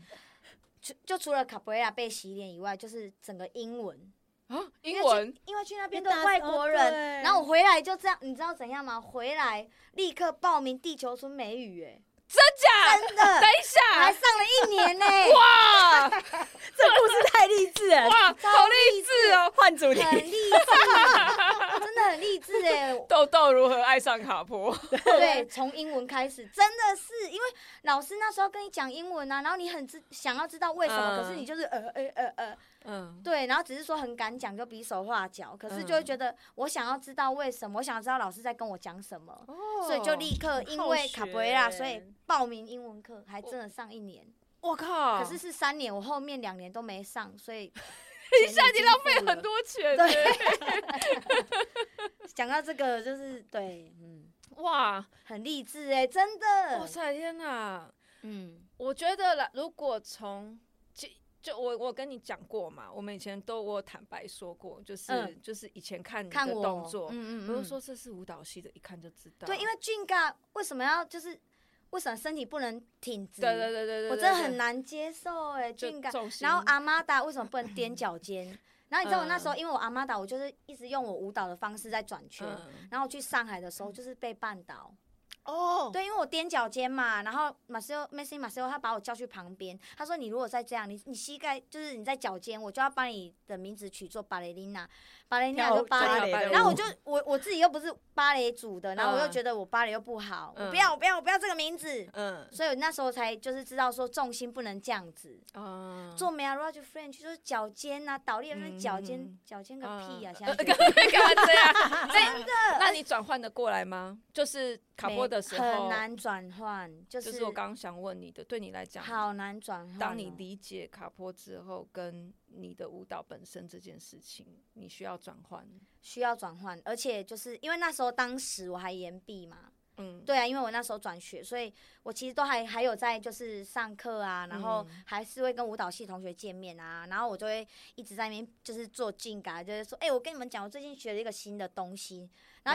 S3: 就就除了卡布瑞亚被洗脸以外，就是整个英文，
S1: 啊，
S3: 因
S1: 英
S3: 为去
S1: 文
S3: 因为去那边
S2: 因
S3: 都
S2: 为大家
S3: 外国
S2: 哦
S3: 人，
S2: 对
S3: 然后我回来就这样，你知道怎样吗？回来立刻报名地球村美语、
S1: 真假
S3: 哎，？真的，
S1: 等一
S3: 我还
S1: 下，
S3: 上了一年欸呢、
S1: 哇
S2: 这故事太励志了，
S1: 哇，好励志哦！
S2: [LAUGHS] 换主题。
S3: 很励志， [LAUGHS] 真的很励志哎、
S1: [LAUGHS] 豆豆如何爱上卡波？
S3: 对， [LAUGHS] 从英文开始，真的是因为老师那时候跟你讲英文啊，然后你很知想要知道为什么，
S1: 嗯
S3: 可是你就是呃呃呃呃，
S1: 嗯，
S3: 对，然后只是说很敢讲，就比手画脚，可是就会觉得我想要知道为什么，我想要知道老师在跟我讲什么，
S1: 哦
S3: 所以就立刻因为卡布瑞拉，
S2: 学
S3: 所以报名英文课，还真的上一年，
S1: 我靠，
S3: 可是是三年，我后面两年都没上，所以
S1: [LAUGHS] 一下你浪费很多钱呢，
S3: [LAUGHS] 讲到这个就是对，嗯，
S1: 哇
S3: 很励志哎、真的，
S1: 哇塞，天哪！
S3: 嗯，
S1: 我觉得啦，如果从就就我我跟你讲过嘛，我们以前都我有坦白说过，就是、
S3: 嗯
S1: 就是以前看你
S3: 看
S1: 的
S3: 我
S1: 动作，
S3: 嗯
S1: 我就说啊这是舞蹈系的，一看就知道。
S3: 对，因
S1: 为
S3: 为俊嘎为什么要就是为什么身体不能挺直？
S1: 对对对对对，
S3: 我真的很难接受哎、
S1: 就
S3: 俊嘎。
S1: 重心
S3: 然后阿玛达为什么不能踮脚尖？然后你知道我那时候，
S1: 嗯
S3: 因为我阿玛达，我就是一直用我舞蹈的方式在转圈。
S1: 嗯
S3: 然后我去上海的时候，就是被绊倒。
S1: 哦，
S3: 对，因为我踮脚尖嘛，然后马修、梅西、马修他把我叫去旁边，他说你如果再这样，你你膝盖就是你在脚尖，我就要把你的名字取作巴雷琳娜，巴雷琳娜
S2: 跳
S3: 就巴雷
S2: 芭蕾的舞
S3: 然后我就我我自己又不是芭蕾组的，然后我又
S1: 嗯
S3: 觉得我芭蕾又不好，
S1: 嗯
S3: 我不要我不要我不要这个名字，
S1: 嗯
S3: 所以我那时候才就是知道说重心不能这样子，
S1: 嗯，
S3: 做 m a r r i a g e French 就是脚尖呐、啊，倒立那
S1: 嗯
S3: 脚
S1: 嗯
S3: 尖脚尖个
S1: [LAUGHS]
S3: 屁呀、
S1: 嗯
S3: 现在觉
S1: 干
S3: 得
S1: 嘛这样？
S3: 真
S1: [LAUGHS]
S3: 的
S1: 那你转换的过来吗？就是卡波的时候，
S3: 很难转换，就
S1: 就是是我刚刚想问你的，对你来讲，
S3: 好难转换哦、
S1: 当你理解卡波之后，跟你的舞蹈本身这件事情，你需要转换。
S3: 需要转换，而且就是因为那时候当时我还延毕嘛，
S1: 嗯，
S3: 对啊，因为我那时候转学，所以我其实都还还有在就是上课啊，然后
S1: 嗯
S3: 还是会跟舞蹈系同学见面啊，然后我就会一直在那边就是做进感，就是说，哎、我跟你们讲，我最近学了一个新的东西，然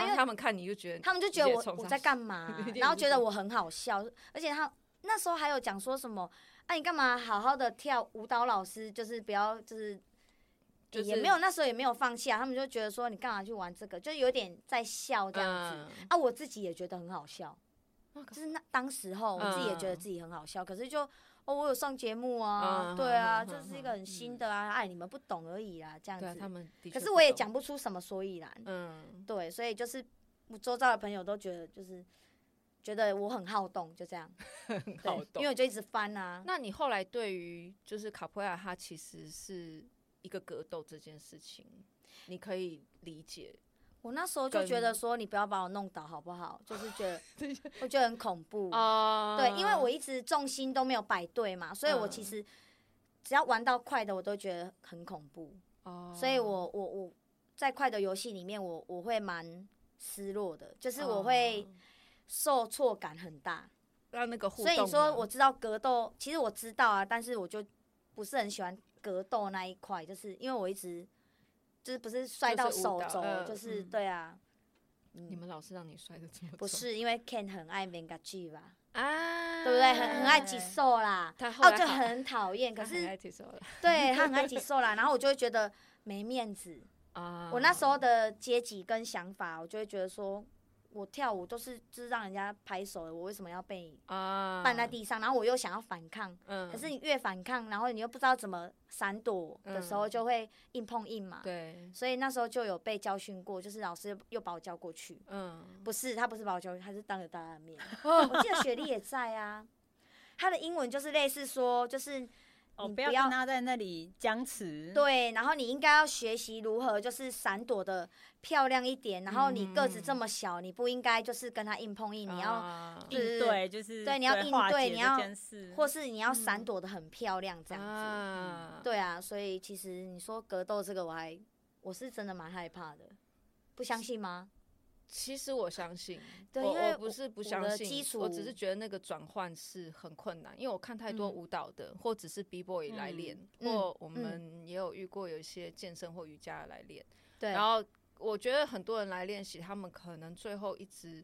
S1: 然后
S3: 后因为
S1: 他们看你就觉得，
S3: 他们就觉得
S1: 直接冲上
S3: 我我
S1: 去
S3: 在干嘛
S1: [LAUGHS]
S3: 啊、
S1: 有点
S3: 然后
S1: 无
S3: 觉得
S1: 辜
S3: 我很好笑，而且他那时候还有讲说什么，啊，你干嘛好好的跳舞蹈老师，就是不要就是。
S1: 就
S3: 也
S1: 是
S3: 没有那时候也没有放弃啊，他们就觉得说你干嘛去玩这个，就有点在笑这样子、
S1: 嗯
S3: 啊。我自己也觉得很好笑，就是那当时候我自己也觉得
S1: 嗯
S3: 自己很好笑，可是就哦我有上节目啊，
S1: 嗯
S3: 对啊，
S1: 嗯
S3: 这是一个
S1: 嗯
S3: 很新的啊，哎你们不懂而已啦，这样
S1: 对啊，
S3: 子
S1: 他。们的确
S3: 可是
S1: 不
S3: 我也
S1: 懂，
S3: 讲不出什么所以然，
S1: 嗯，
S3: 对，所以就是我周遭的朋友都觉得就是觉得我很好动，就这样，
S1: [LAUGHS] 很
S3: 对
S1: 好懂
S3: 因为。我就一直翻啊。
S1: 那你后来对于就是卡普亚，它其实是一个格斗这件事情，你可以理解。
S3: 我那时候就觉
S1: 跟
S3: 得说，你不要把我弄倒好不好？就是
S1: [LAUGHS]
S3: 觉得我觉得很恐怖
S1: 啊
S3: 对，因为我一直重心都没有摆对嘛，所以我其
S1: 嗯
S3: 实只要玩到快的，我都觉得很恐怖。
S1: 哦
S3: 所以我我我在快的游戏里面我，我会蛮失落的，就是我会
S1: 哦
S3: 受挫感很大。
S1: 让那个互
S3: 所以
S1: 动
S3: 你说
S1: 呢
S3: 我知道格斗，其实我知道啊，但是我就不是很喜欢格斗那一块，就是因为我一直就是不是摔
S1: 就
S3: 到
S1: 是舞
S3: 手
S1: 蹈
S3: 肘，
S1: 嗯
S3: 就是、
S1: 嗯
S3: 对啊。嗯
S1: 你们老师让你摔的这么重
S3: 不是因为 Ken 很爱 Mega G 吧，
S1: 啊，
S3: 对不对？很很爱
S1: 哎
S3: 棘手啦，
S1: 他后
S3: 哦
S1: 来
S3: 就
S1: 好
S3: 很讨厌。可
S1: 他很
S3: 是
S1: 爱提手了 [LAUGHS]
S3: 对他很爱接受啦，然后我就会觉得没面子。
S1: 啊
S3: 我那时候的阶级跟想法，我就会觉得说，我跳舞都是就是让人家拍手的，我为什么要被
S1: 啊
S3: 绊在，地上？然后我又想要反抗，
S1: 嗯
S3: 可是你越反抗，然后你又不知道怎么闪躲的时候，
S1: 嗯
S3: 就会硬碰硬嘛。
S1: 对，
S3: 所以那时候就有被教训过，就是老师又把我叫过去，
S1: 嗯，
S3: 不是他不是把我教训，他是当着大家的
S1: [LAUGHS]
S3: 面。我记得雪莉也在啊，她的英文就是类似说，就是
S2: 哦，
S3: 你
S2: 不要
S3: 不要
S2: 跟他在那里僵持。，
S3: 对，然后你应该要学习如何就是闪躲的漂亮一点，然后你个子这
S1: 嗯
S3: 么小，你不应该就是跟他硬碰硬，你要
S1: 啊
S3: 对
S2: 应对就是
S3: 对你要应
S2: 化解
S3: 对你
S2: 这
S3: 要
S2: 件事
S3: 或是你要闪
S1: 嗯
S3: 躲的很漂亮这样子。
S1: 啊
S3: 对啊，所以其实你说格斗这个，我还我是真的蛮害怕的，不相信吗？
S1: 其实我相信，
S3: 对
S1: 我
S3: 因为
S1: 我不
S3: 我
S1: 是不
S3: 我
S1: 相
S3: 的
S1: 信，
S3: 基础
S1: 我只是觉得那个转换是很困难，因为我看太多
S3: 嗯
S1: 舞蹈的，或只是 B boy 来练，
S3: 嗯
S1: 或我们也有遇过有一些健身或瑜伽的来练，
S3: 对，
S1: 然后我觉得很多人来练习，他们可能最后一直。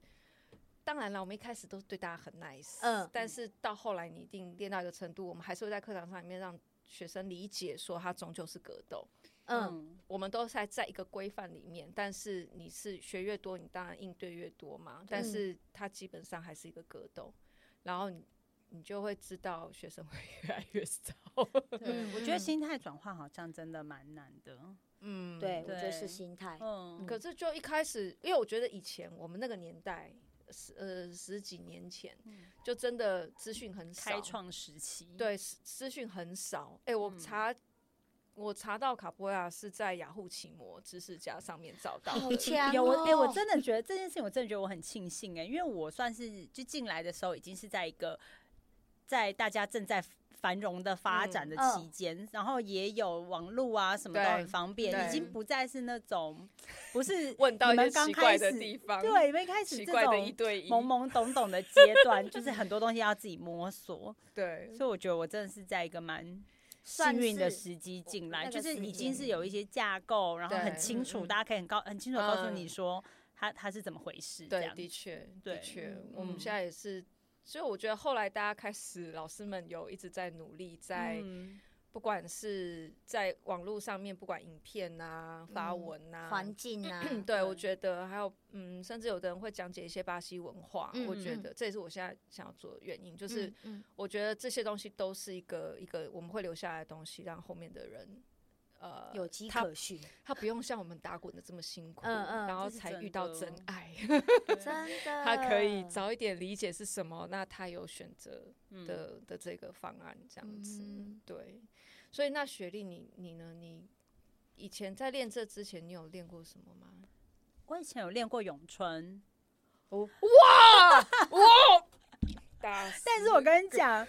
S1: 当然了，我们一开始都对大家很 nice，
S3: 嗯
S1: 但是到后来你一定练到一个程度，我们还是会在课堂上里面让学生理解说，他终究是格斗，
S3: 嗯，
S1: 我们都是在在一个规范里面，但是你是学越多，你当然应对越多嘛。
S3: 嗯
S1: 但是它基本上还是一个格斗，然后你你就会知道学生会 [LAUGHS] 越来越少。
S2: 对，
S3: 嗯
S2: 我觉得
S3: 嗯
S2: 心态转换好像真的蛮难的。
S1: 嗯，
S3: 对，我觉得是
S2: 对
S3: 心态，
S2: 嗯，
S1: 可是就一开始，因为我觉得以前我们那个年代，十呃十几年前，
S2: 嗯
S1: 就真的资讯很少，
S2: 开创时期，，
S1: 对资资讯很少。哎、我
S2: 嗯
S1: 查。我查到卡波亚是在雅虎奇摩知识家上面找到
S3: 好
S1: 的，
S3: 强
S2: 哦 [LAUGHS] 有我哎、我
S3: 哦
S2: 真的觉得这件事情，我真的觉得我很庆幸哎、因为我算是就进来的时候已经是在一个在大家正在繁荣的
S1: 嗯
S2: 发展的期间，然后也有网络啊什么都
S1: 对
S2: 很方便，
S1: 对
S2: 已经不再是那种不是
S1: [LAUGHS] 问到一些
S2: 你们刚
S1: 奇怪
S2: 开
S1: 的
S2: 始
S1: 地方，
S2: 对，你们一开始
S1: 奇
S2: 这
S1: 怪的一
S2: 种
S1: 对一，
S2: 懵懵懂懂的阶段，就是很多东西要自己
S1: [LAUGHS]
S2: 摸索，
S1: 对，
S2: 所以我觉得我真的是在一个蛮。
S3: 算
S2: 幸运的
S3: 是
S2: 时机进
S3: 那
S2: 来，
S3: 个
S2: 就是
S3: 时
S2: 已经
S3: 间
S2: 是有一些架构，然后
S1: 对
S2: 很清楚，
S1: 嗯嗯
S2: 大家可以很高很清楚地告诉
S1: 嗯
S2: 你说它它是怎么回事，这
S1: 对，
S2: 样
S1: 的确，的
S2: 对
S1: 确
S3: 嗯，
S1: 我们
S2: 嗯
S1: 现在也是，所以我觉得后来大家开始，老师们有一直在努力，在
S2: 嗯
S1: 不管是在网络上面，不管影片啊、发
S3: 嗯
S1: 文啊，
S3: 环境啊，
S1: 对，我
S2: 对
S1: 觉得还有，嗯，甚至有的人会讲解一些巴西文化，
S3: 嗯
S1: 我
S3: 嗯
S1: 觉
S3: 嗯
S1: 得这也是我现在想要做的原因，就是
S3: 嗯嗯
S1: 我觉得这些东西都是一个一个我们会留下来的东西，让后面的人。呃，
S3: 有迹
S1: 他
S3: 可循，
S1: 他不用像我们打滚的这么辛苦，
S3: 嗯嗯
S1: 然后
S2: 这是
S1: 才
S2: 真
S1: 遇到
S2: 的
S1: 真
S3: 哦
S1: 爱。 [LAUGHS]
S3: 真的，
S1: 他可
S3: 嗯
S1: 以早一点理解是什么，那他有选择
S2: 嗯
S1: 的、的这个方案这样子，
S3: 嗯
S1: 对。所以那雪莉你，你呢？你以前在练这之前，你有练过什么吗？
S2: 我以前有练过咏春，
S1: 打死，
S2: 但是我跟你讲，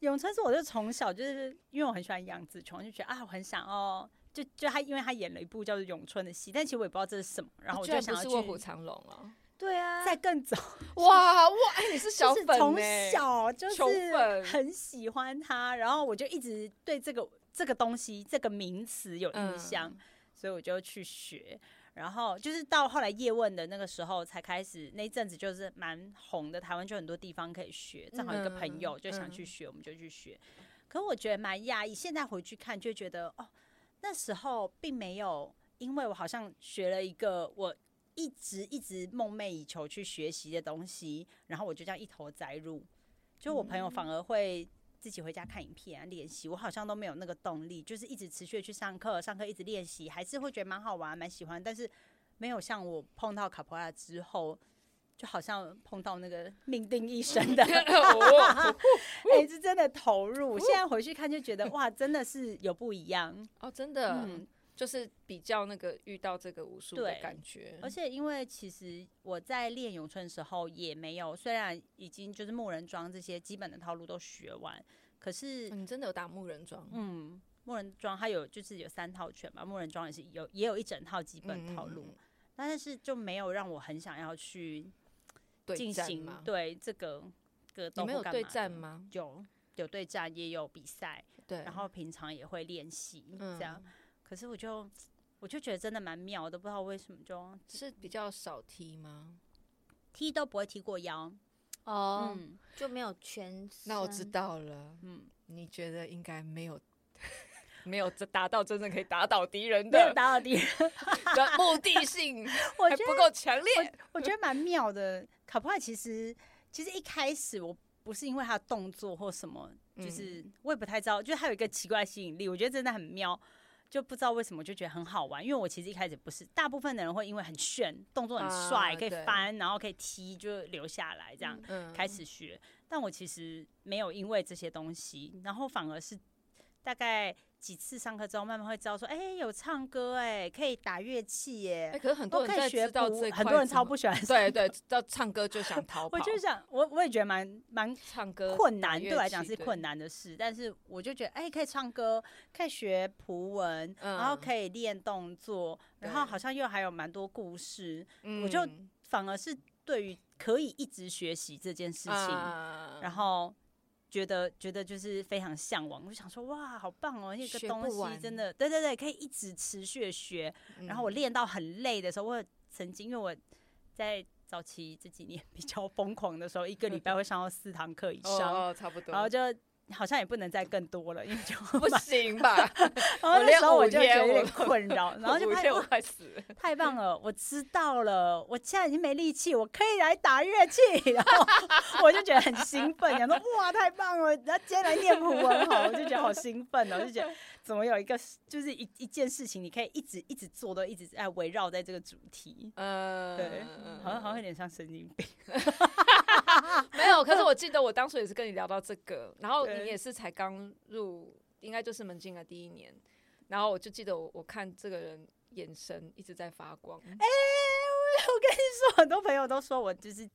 S2: 咏春是我就从小就是因为我很喜欢杨紫琼，就觉得啊，我很想哦，就就他因为他演了一部叫做《咏春》的戏，但其实我也不知道这是什么，然后我
S1: 哦居
S2: 就
S1: 然
S2: 想
S1: 不
S2: 要
S1: 是卧虎
S2: 去
S1: 藏龙哦！
S3: 对啊，
S2: 再更早，
S1: 哇哇，哎、你是小
S2: 就是
S1: 粉
S2: 从
S1: 呢、
S2: 小就
S1: 穷
S2: 是
S1: 粉
S2: 很喜欢他，然后我就一直对这个这个东西这个名词有
S1: 嗯
S2: 印象，所以我就去学。然后就是到后来叶问的那个时候，才开始那一阵子就是蛮红的，台湾就很多地方可以学。正好有一个朋嗯友就想去学，我们就去学。可我觉得蛮讶异，现在回去看就觉得哦，那时候并没有，因为我好像学了一个我一直一直梦寐以求去学习的东西，然后我就这样一头栽入。就我朋友反而会自己回家看影片啊练习，我好像都没有那个动力，就是一直持续地去上课，上课一直练习，还是会觉得蛮好玩、蛮喜欢，但是没有像我碰到卡普拉之后。就好像碰到那个 [LAUGHS] 命定一生 [LAUGHS] 的
S1: 哦
S2: 哎、是真的投 [LAUGHS] 入。现在回去看就觉得哇，真的是有不一样。
S1: [LAUGHS] 哦，真的，
S2: 嗯，
S1: 就是比较那个遇到这个武术的
S2: 对
S1: 感觉，哦
S2: 而且因为其实我在练咏春的时候也没有，虽然已经就是木人桩这些基本的套路都学完，可是
S1: 你真的有打木人桩，
S2: 嗯，木人桩它有就是有三套拳嘛，木人桩也是有也有一整套基本套路，
S1: 嗯嗯嗯
S2: 但是就没有让我很想要去
S1: 对
S2: 进
S1: 战
S2: 行
S1: 吗？
S2: 对这个格
S1: 你
S2: 斗
S1: 们
S2: 或
S1: 有
S2: 干
S1: 对
S2: 嘛
S1: 战
S2: 的？
S1: 吗？
S2: 有有对战，也有比赛。
S1: 对，
S2: 然后平常也会练习
S1: 嗯
S2: 这样。可是我就我就觉得真的蛮妙的，不知道为什么就
S1: 就是比较少踢吗？
S2: 踢都不会踢过腰。
S1: 哦
S2: 嗯
S3: 就没有全。
S1: 那我知，道了，
S2: 啊嗯，
S1: 你觉得应该没
S2: [LAUGHS]
S1: 有没有达到真正可以打倒敌人
S2: [LAUGHS] 没有
S1: 的
S2: 打扰
S1: [LAUGHS]
S2: 敌人，
S1: 的目的性
S2: [LAUGHS] 我
S1: 还
S2: 觉得
S1: 不够强烈。
S2: 我觉得蛮妙的。卡普拉其实其实一开始我不是因为他的动作或什么，
S1: 嗯
S2: 就是我也不太知道，就是他有一个奇怪的吸引力，我觉得真的很妙。就不知道为什么就觉得很好玩，因为我其实一开始不是，大部分的人会因为很炫，动作很帅，
S1: 啊
S2: 可以
S1: 对
S2: 翻，然后可以踢，就留下来这样。
S1: 嗯
S2: 开始学，但我其实没有因为这些东西，然后反而是大概几次上课之后，慢慢会知道说，哎、有唱歌、哎，可以打乐器、耶，
S1: 哎、可是很多
S2: 我
S1: 人
S2: 可
S1: 在
S2: 以学
S1: 知道这
S2: 谱，
S1: 一
S2: 很
S1: 块
S2: 多人
S1: 怎
S2: 超
S1: 么。
S2: 不喜欢
S1: 对对，到唱歌就想逃跑。
S2: [LAUGHS]
S1: 呃
S2: 我就想，我我也觉得蛮蛮
S1: 唱歌
S2: 困难，
S1: 打
S2: 对我来
S1: 乐
S2: 讲
S1: 器
S2: 是困。难的事。但是我就觉得，哎、可以唱歌，可以学葡文，
S1: 嗯
S2: 然后可以练动作，然后
S1: 对
S2: 好像又还有蛮多故事，
S1: 对
S2: 我就
S1: 嗯
S2: 反而是对于可以一直学习这件事情，
S1: 啊
S2: 然后觉得觉得就是非常向往，我就想说哇，好棒哦，那
S1: 学
S2: 个东
S1: 不
S2: 西
S1: 完
S2: 真的，对对对，可以一直持续地学。然后我
S1: 嗯
S2: 练到很累的时候，我有曾经因为我在早期这几年比较疯狂的时候，一个礼拜会上到四堂课以上，
S1: 哦哦差不多，
S2: 然后就。好像也不能再更多了，因为就
S1: 不行吧？
S2: [LAUGHS] 然后
S1: 我
S2: 那
S1: 练
S2: 时候我
S1: 五
S2: 就觉得
S1: 天
S2: 有
S1: 我
S2: 点困
S1: [LAUGHS]
S2: 扰，然后就
S1: 五
S2: 拍
S1: 天
S2: 哇
S1: 我快死了。
S2: 太棒了，我知道了，我现在已经没力气，我可以来打乐器，然后我就觉得很兴奋，想说哇，太棒了，然后今天来念谱文好，我就觉得好兴奋哦，就觉得怎么有一个就是一一件事情，你可以一直一直做，都一直哎在围绕在这个主题，
S1: 嗯，
S2: 对
S1: 嗯
S2: 好像好像有点像神经病，
S1: [LAUGHS] 没有，可是我记得我当时也是跟你聊到这个，然后
S2: 对
S1: 你也是才刚入，应该就是门禁的第一年，然后我就记得我我看这个人眼神一直在发光，哎、
S2: 我跟你说，很多朋友都说我就是